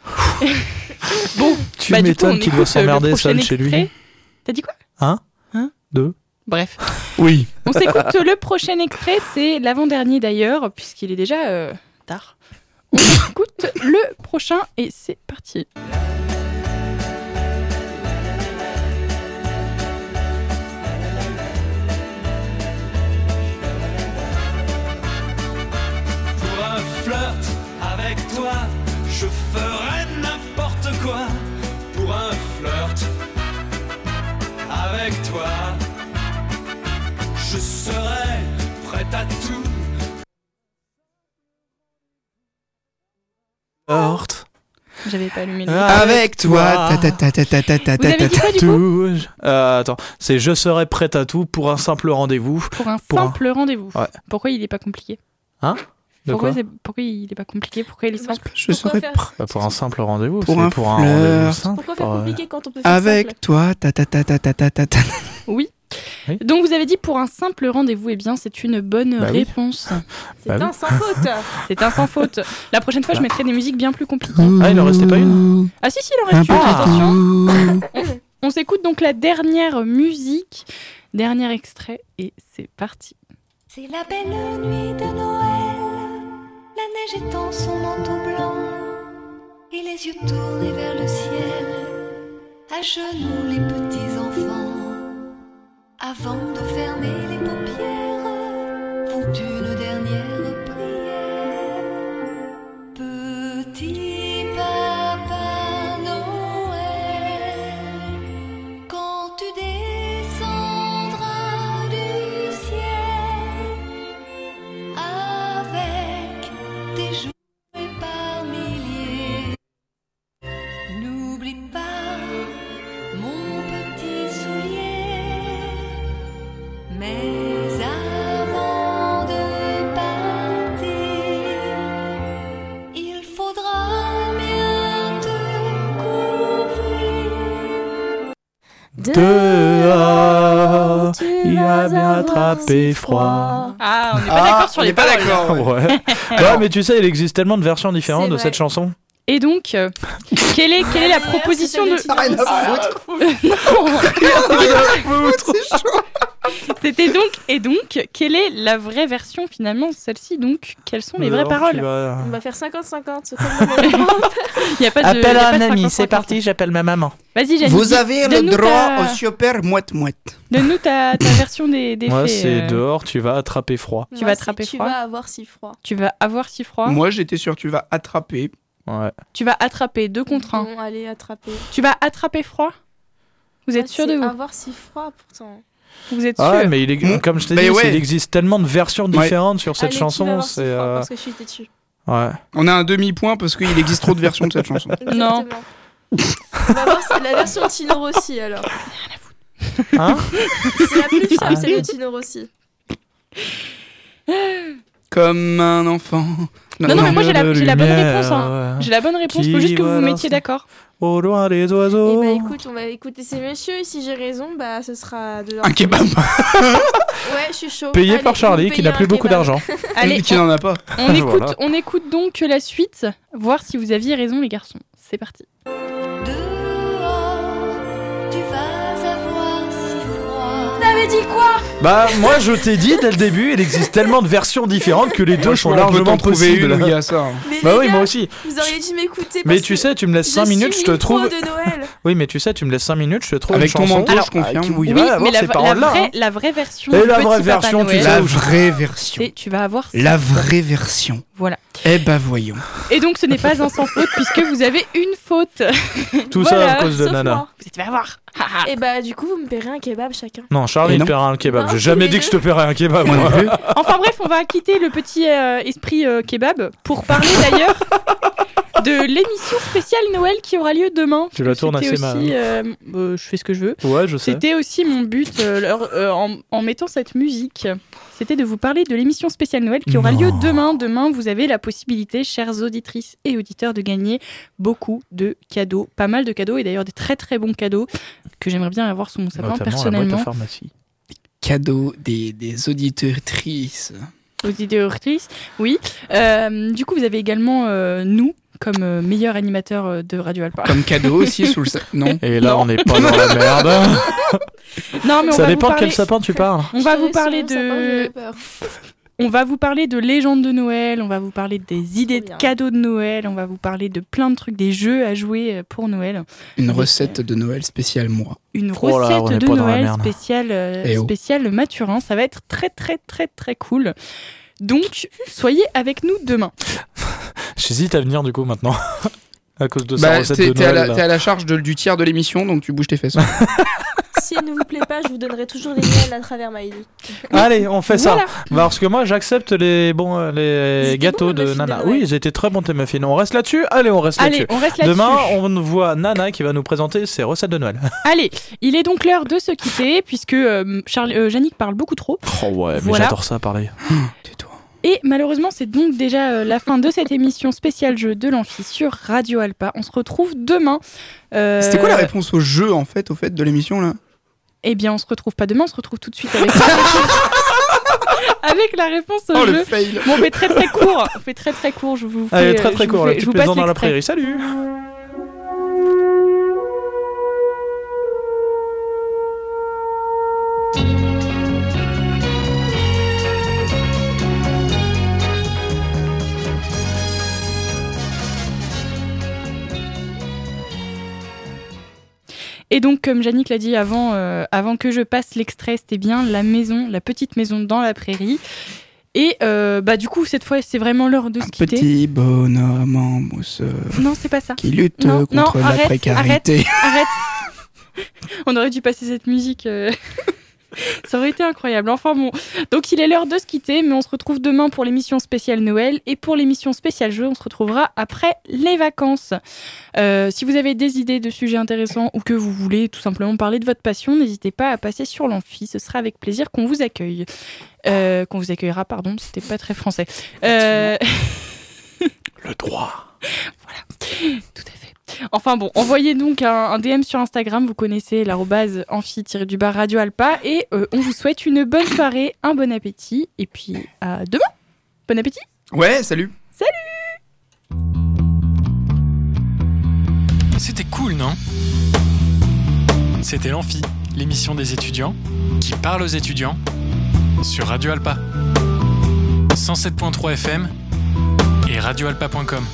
Speaker 2: bon,
Speaker 8: Tu
Speaker 2: bah, du
Speaker 8: m'étonnes
Speaker 2: coup, on
Speaker 8: qu'il
Speaker 2: écoute, euh,
Speaker 8: doit
Speaker 2: le
Speaker 8: s'emmerder
Speaker 2: prochain
Speaker 8: seul chez lui.
Speaker 2: extrait. T'as dit quoi
Speaker 8: Hein
Speaker 2: Hein
Speaker 8: Deux
Speaker 2: Bref.
Speaker 8: Oui.
Speaker 2: On s'écoute euh, le prochain extrait, c'est l'avant-dernier d'ailleurs, puisqu'il est déjà euh, tard. On écoute le prochain et c'est parti.
Speaker 9: Pour un flirt avec toi, je ferai n'importe quoi. Pour un flirt avec toi, je serai prête à tout.
Speaker 8: Porte.
Speaker 2: J'avais pas allumé le
Speaker 8: Ah.
Speaker 15: Avec toi, ta ta ta ta ta ta ta
Speaker 2: Vous avez
Speaker 15: ta
Speaker 2: dit
Speaker 15: ta.
Speaker 2: quoi Ah, du coup
Speaker 8: Tout. Euh, attends, c'est je serai prête à tout pour un simple rendez-vous.
Speaker 2: Pour un simple rendez-vous.
Speaker 8: Ouais.
Speaker 2: Pourquoi il est pas compliqué
Speaker 8: Hein De
Speaker 2: pourquoi,
Speaker 8: quoi
Speaker 2: c'est- pourquoi il est pas compliqué Pourquoi il est simple
Speaker 5: Je serai
Speaker 8: Bah, Pour un simple rendez-vous.
Speaker 15: Pour
Speaker 8: c'est
Speaker 15: un
Speaker 8: pour un
Speaker 15: flirt.
Speaker 8: rendez-vous simple.
Speaker 2: Pourquoi faire
Speaker 8: euh,
Speaker 2: compliqué quand on peut faire
Speaker 15: Avec
Speaker 2: simple
Speaker 15: toi, ta ta ta ta ta ta ta ta.
Speaker 2: Oui. Donc vous avez dit pour un simple rendez-vous, eh bien c'est une bonne
Speaker 15: Bah oui.
Speaker 2: réponse.
Speaker 8: Ah
Speaker 2: C'est
Speaker 15: Bah
Speaker 2: un
Speaker 15: oui.
Speaker 2: sans faute. C'est un sans faute. La prochaine fois, je
Speaker 15: Bah.
Speaker 2: mettrai des musiques bien plus compliquées.
Speaker 15: Ah, il en restait pas une
Speaker 2: Ah si si, il en reste une.
Speaker 15: Ah.
Speaker 2: Attention. On- On s'écoute donc la dernière musique, dernier extrait et c'est parti.
Speaker 16: C'est la belle nuit de Noël, la neige étend son manteau blanc, et les yeux tournés vers le ciel, à genoux les petits enfants, avant de fermer les paupières, font une dernière prière. Petit papa Noël, quand tu descendras du ciel avec tes jouets par milliers, n'oublie pas mon petit soulier. Mais avant de partir, il faudra bien te couvrir.
Speaker 8: Dehors, il a bien
Speaker 16: avoir
Speaker 8: attrapé froid.
Speaker 2: Ah, on n'est
Speaker 8: Ah,
Speaker 2: pas d'accord sur
Speaker 8: on
Speaker 2: les
Speaker 8: n'est pas
Speaker 2: paroles.
Speaker 8: Ouais. ouais, mais tu sais, il existe tellement de versions différentes de cette chanson.
Speaker 2: Et donc, euh, quelle, est, quelle est la proposition de...
Speaker 17: Rien à
Speaker 2: Non. C'était donc, et donc, quelle est la vraie version finalement Celle-ci, donc, quelles sont les vraies
Speaker 8: Alors, tu
Speaker 2: paroles
Speaker 8: vas-
Speaker 3: On va faire 50-50.
Speaker 2: Il y a pas de-
Speaker 18: Appelle
Speaker 2: il y a
Speaker 18: un
Speaker 2: pas de
Speaker 18: ami,
Speaker 2: 50.
Speaker 18: c'est parti, j'appelle ma maman.
Speaker 2: Vas-y, Janine,
Speaker 18: Vous
Speaker 2: dis-
Speaker 18: avez le
Speaker 2: donne-nous
Speaker 18: droit
Speaker 2: ta-
Speaker 18: au
Speaker 5: Super mouette mouette.
Speaker 2: Donne-nous ta, ta version des, des
Speaker 8: Moi,
Speaker 2: faits,
Speaker 8: c'est
Speaker 2: euh,
Speaker 8: dehors, tu vas attraper froid.
Speaker 2: Tu vas attraper
Speaker 3: Tu
Speaker 2: froid.
Speaker 3: vas avoir si froid.
Speaker 2: Tu vas avoir si froid.
Speaker 5: Moi j'étais sûr tu vas attraper.
Speaker 8: Ouais.
Speaker 2: Tu vas attraper deux contre un.
Speaker 3: Bon, allez, attraper.
Speaker 2: Tu vas attraper froid Vous êtes sûr de vous
Speaker 3: Avoir si froid pourtant.
Speaker 2: Vous êtes sûr
Speaker 8: Ah, mais il est-
Speaker 5: Mmh.
Speaker 8: comme je t'ai
Speaker 5: Mais
Speaker 8: dit,
Speaker 5: ouais.
Speaker 8: c'est- il existe tellement de versions
Speaker 5: Ouais.
Speaker 8: différentes sur cette
Speaker 3: Allez, tu vas
Speaker 8: chanson.
Speaker 3: avoir si
Speaker 8: C'est
Speaker 3: froid,
Speaker 8: euh,
Speaker 3: Parce que je suis têtue.
Speaker 8: ouais.
Speaker 5: On a un demi-point parce qu'il existe trop de versions de cette chanson.
Speaker 2: Non.
Speaker 3: On va voir si la version de Tino Rossi alors.
Speaker 8: Hein
Speaker 3: C'est la plus simple, c'est le Tino Rossi.
Speaker 5: Comme un enfant.
Speaker 2: Non, non, mais moi j'ai la, j'ai la bonne réponse. hein. ben,
Speaker 8: ouais.
Speaker 2: J'ai la bonne réponse,
Speaker 8: Qui
Speaker 2: faut juste que vous vous
Speaker 8: balance-
Speaker 2: mettiez d'accord.
Speaker 8: Au loin des
Speaker 3: Eh
Speaker 2: Oh.
Speaker 8: oiseaux.
Speaker 3: bah écoute, on va écouter ces messieurs et si j'ai raison, bah ce sera de leur-
Speaker 5: Un kebab.
Speaker 3: Ouais, je suis chaud.
Speaker 8: Payé
Speaker 3: Allez,
Speaker 8: par Charlie,
Speaker 3: vous
Speaker 8: qui n'a
Speaker 3: payez
Speaker 8: plus
Speaker 3: un
Speaker 8: beaucoup
Speaker 3: kebab.
Speaker 8: d'argent.
Speaker 2: Allez,
Speaker 5: Qui n'en a pas.
Speaker 2: On écoute, on écoute donc la suite, voir si vous aviez raison les garçons. C'est parti.
Speaker 16: Tu vas avoir si froid.
Speaker 3: T'avais dit quoi
Speaker 8: Bah, moi, je t'ai dit dès le début, il existe tellement de versions différentes que les deux
Speaker 5: Moi, je
Speaker 8: sont
Speaker 5: pense qu'on peut t'en
Speaker 8: largement
Speaker 5: trouver
Speaker 8: possibles.
Speaker 5: une où il y a ça, hein.
Speaker 3: Mais
Speaker 8: bah
Speaker 3: les
Speaker 8: oui,
Speaker 3: gars,
Speaker 8: moi aussi.
Speaker 3: Vous auriez dû m'écouter.
Speaker 8: Mais
Speaker 3: parce
Speaker 8: tu
Speaker 3: que
Speaker 8: sais, tu me laisses
Speaker 3: je
Speaker 8: 5
Speaker 3: suis
Speaker 8: minutes, je te
Speaker 3: une pro
Speaker 8: trouve.
Speaker 3: de Noël.
Speaker 8: Oui, mais tu sais, tu me laisses 5 minutes, je te trouve
Speaker 5: Avec
Speaker 8: une
Speaker 5: ton
Speaker 8: chanson. Ah,
Speaker 5: manteau, je confirme.
Speaker 8: qui- oui,
Speaker 5: Oui,
Speaker 8: va avoir
Speaker 2: mais la,
Speaker 8: ces
Speaker 2: la
Speaker 8: paroles-là,
Speaker 2: vraie,
Speaker 8: hein.
Speaker 2: la vraie version.
Speaker 8: Et
Speaker 2: du
Speaker 8: la
Speaker 2: petit
Speaker 8: vraie
Speaker 2: Papa
Speaker 8: version, tu
Speaker 2: Noël.
Speaker 8: sais
Speaker 5: La vraie version.
Speaker 2: Et tu vas avoir ça.
Speaker 5: La vraie version.
Speaker 2: Voilà.
Speaker 5: Eh bah voyons.
Speaker 2: Et donc ce n'est pas un sans faute puisque vous avez une faute.
Speaker 8: Tout ça à cause de
Speaker 2: sauf
Speaker 8: Nana.
Speaker 2: moi. Vous êtes pas voir.
Speaker 8: Ah.
Speaker 3: Et bah du coup, vous me paierez un kebab chacun.
Speaker 8: Non, Charlie
Speaker 5: Et
Speaker 8: te
Speaker 5: non.
Speaker 8: paiera un kebab.
Speaker 3: Non,
Speaker 8: J'ai
Speaker 3: tous
Speaker 8: jamais
Speaker 3: les
Speaker 8: dit que je te paierais un kebab. moi.
Speaker 2: Enfin bref, on va quitter le petit euh, esprit euh, kebab pour parler d'ailleurs de l'émission spéciale Noël qui aura lieu demain.
Speaker 8: Tu la tournes
Speaker 2: C'était
Speaker 8: assez mal.
Speaker 2: aussi, euh, euh, je fais ce que je veux.
Speaker 8: Ouais, je sais.
Speaker 2: C'était aussi mon but euh, leur- euh, en, en mettant cette musique. C'était de vous parler de l'émission spéciale Noël qui aura lieu demain. Demain, vous avez la possibilité, chères auditrices et auditeurs, de gagner beaucoup de cadeaux. Pas mal de cadeaux et d'ailleurs des très très bons cadeaux que j'aimerais bien avoir sous mon sapin personnellement.
Speaker 8: pharmacie.
Speaker 5: Cadeau des, des auditrices.
Speaker 2: Auditrices, oui. Euh, du coup, vous avez également euh, nous comme euh, meilleur animateur euh, de Radio Alpa.
Speaker 5: Comme cadeau aussi sous le sa- Non.
Speaker 8: Et là, on n'est pas dans la merde.
Speaker 2: Non, mais on va
Speaker 8: Ça
Speaker 2: vous
Speaker 8: dépend de
Speaker 2: parler-
Speaker 8: quel sapin tu parles.
Speaker 2: On va
Speaker 3: Je
Speaker 2: vous
Speaker 3: te
Speaker 2: parler
Speaker 3: laisse sur mon sapin,
Speaker 2: de.
Speaker 3: j'ai peur.
Speaker 2: On va vous parler de légendes de Noël, on va vous parler des idées de cadeaux de Noël, on va vous parler de plein de trucs, des jeux à jouer euh, pour Noël.
Speaker 5: Une recette de Noël spéciale moi.
Speaker 2: Une
Speaker 5: Oh là, on
Speaker 2: recette
Speaker 5: est
Speaker 2: de
Speaker 5: pas dans la
Speaker 2: Noël
Speaker 5: merde.
Speaker 2: spéciale, euh,
Speaker 5: Eh oh.
Speaker 2: spéciale Mathurin. Ça va être très, très, très, très cool. Donc, soyez avec nous demain.
Speaker 8: J'hésite à venir du coup maintenant. à cause de sa
Speaker 5: Bah,
Speaker 8: recette
Speaker 5: t'es
Speaker 8: de
Speaker 5: t'es à,
Speaker 8: Noël.
Speaker 5: la-
Speaker 8: là.
Speaker 5: t'es à la charge de- du tiers de l'émission, donc tu bouges tes fesses.
Speaker 3: Si elle ne vous plaît pas, je vous donnerai toujours les miennes à travers Maïli.
Speaker 8: Allez, on fait
Speaker 3: Voilà.
Speaker 8: ça. Bah, parce que moi, j'accepte les bons euh, les gâteaux de Nana. oui, ils étaient très bons tes muffins. On reste là-dessus. Allez, on reste
Speaker 2: Allez,
Speaker 8: là-dessus.
Speaker 2: on reste là-dessus.
Speaker 8: Demain, on voit Nana qui va nous présenter ses recettes de Noël.
Speaker 2: Allez, il est donc l'heure de se quitter, puisque euh, Charlie, euh, Yannick parle beaucoup trop.
Speaker 8: oh ouais, mais
Speaker 2: Voilà.
Speaker 8: j'adore ça parler.
Speaker 2: Et malheureusement, c'est donc déjà euh, la fin de cette émission spéciale jeu de l'amphi sur Radio Alpa. On se retrouve demain. Euh,
Speaker 5: C'était quoi la réponse au jeu en fait, au fait de l'émission là
Speaker 2: Eh bien, on se retrouve pas demain, on se retrouve tout de suite avec avec la réponse au
Speaker 5: Oh, le
Speaker 2: jeu.
Speaker 5: fail.
Speaker 2: Bon, on fait très très court. On fait très très court. Je vous fais,
Speaker 8: Allez, très
Speaker 2: euh,
Speaker 8: très
Speaker 2: je vous
Speaker 8: court.
Speaker 2: fais-
Speaker 8: La
Speaker 2: je
Speaker 8: petite
Speaker 2: vous passe
Speaker 8: maison dans la
Speaker 2: l'extrait.
Speaker 8: prairie. Salut.
Speaker 2: Et donc, comme Yannick l'a dit avant, euh, avant que je passe l'extrait, c'était bien la maison, la petite maison dans la prairie. Et euh, bah du coup, cette fois, c'est vraiment l'heure de se quitter.
Speaker 5: Petit bonhomme en mousse. euh,
Speaker 2: Non, c'est pas ça.
Speaker 5: Qui lutte
Speaker 2: Non,
Speaker 5: contre
Speaker 2: non,
Speaker 5: la
Speaker 2: arrête,
Speaker 5: précarité.
Speaker 2: Arrête, arrête. On aurait dû passer cette musique. euh, Ça aurait été incroyable. Enfin bon. Donc il est l'heure de se quitter, mais on se retrouve demain pour l'émission spéciale Noël. Et pour l'émission spéciale jeu, on se retrouvera après les vacances. Euh, si vous avez des idées de sujets intéressants ou que vous voulez tout simplement parler de votre passion, n'hésitez pas à passer sur l'amphi. Ce sera avec plaisir qu'on vous accueille. Euh, qu'on vous accueillera, pardon, c'était pas très français. Euh,
Speaker 8: Le droit.
Speaker 2: Enfin bon, envoyez donc un, un DM sur Instagram, vous connaissez l'arrobase amphi-du-bas Radio Alpa, et euh, on vous souhaite une bonne soirée, un bon appétit, et puis à demain Bon appétit
Speaker 5: Ouais, salut.
Speaker 2: Salut
Speaker 19: C'était cool, non C'était l'Amphi, l'émission des étudiants qui parle aux étudiants sur Radio Alpa. 107.3 FM et radioalpa.com.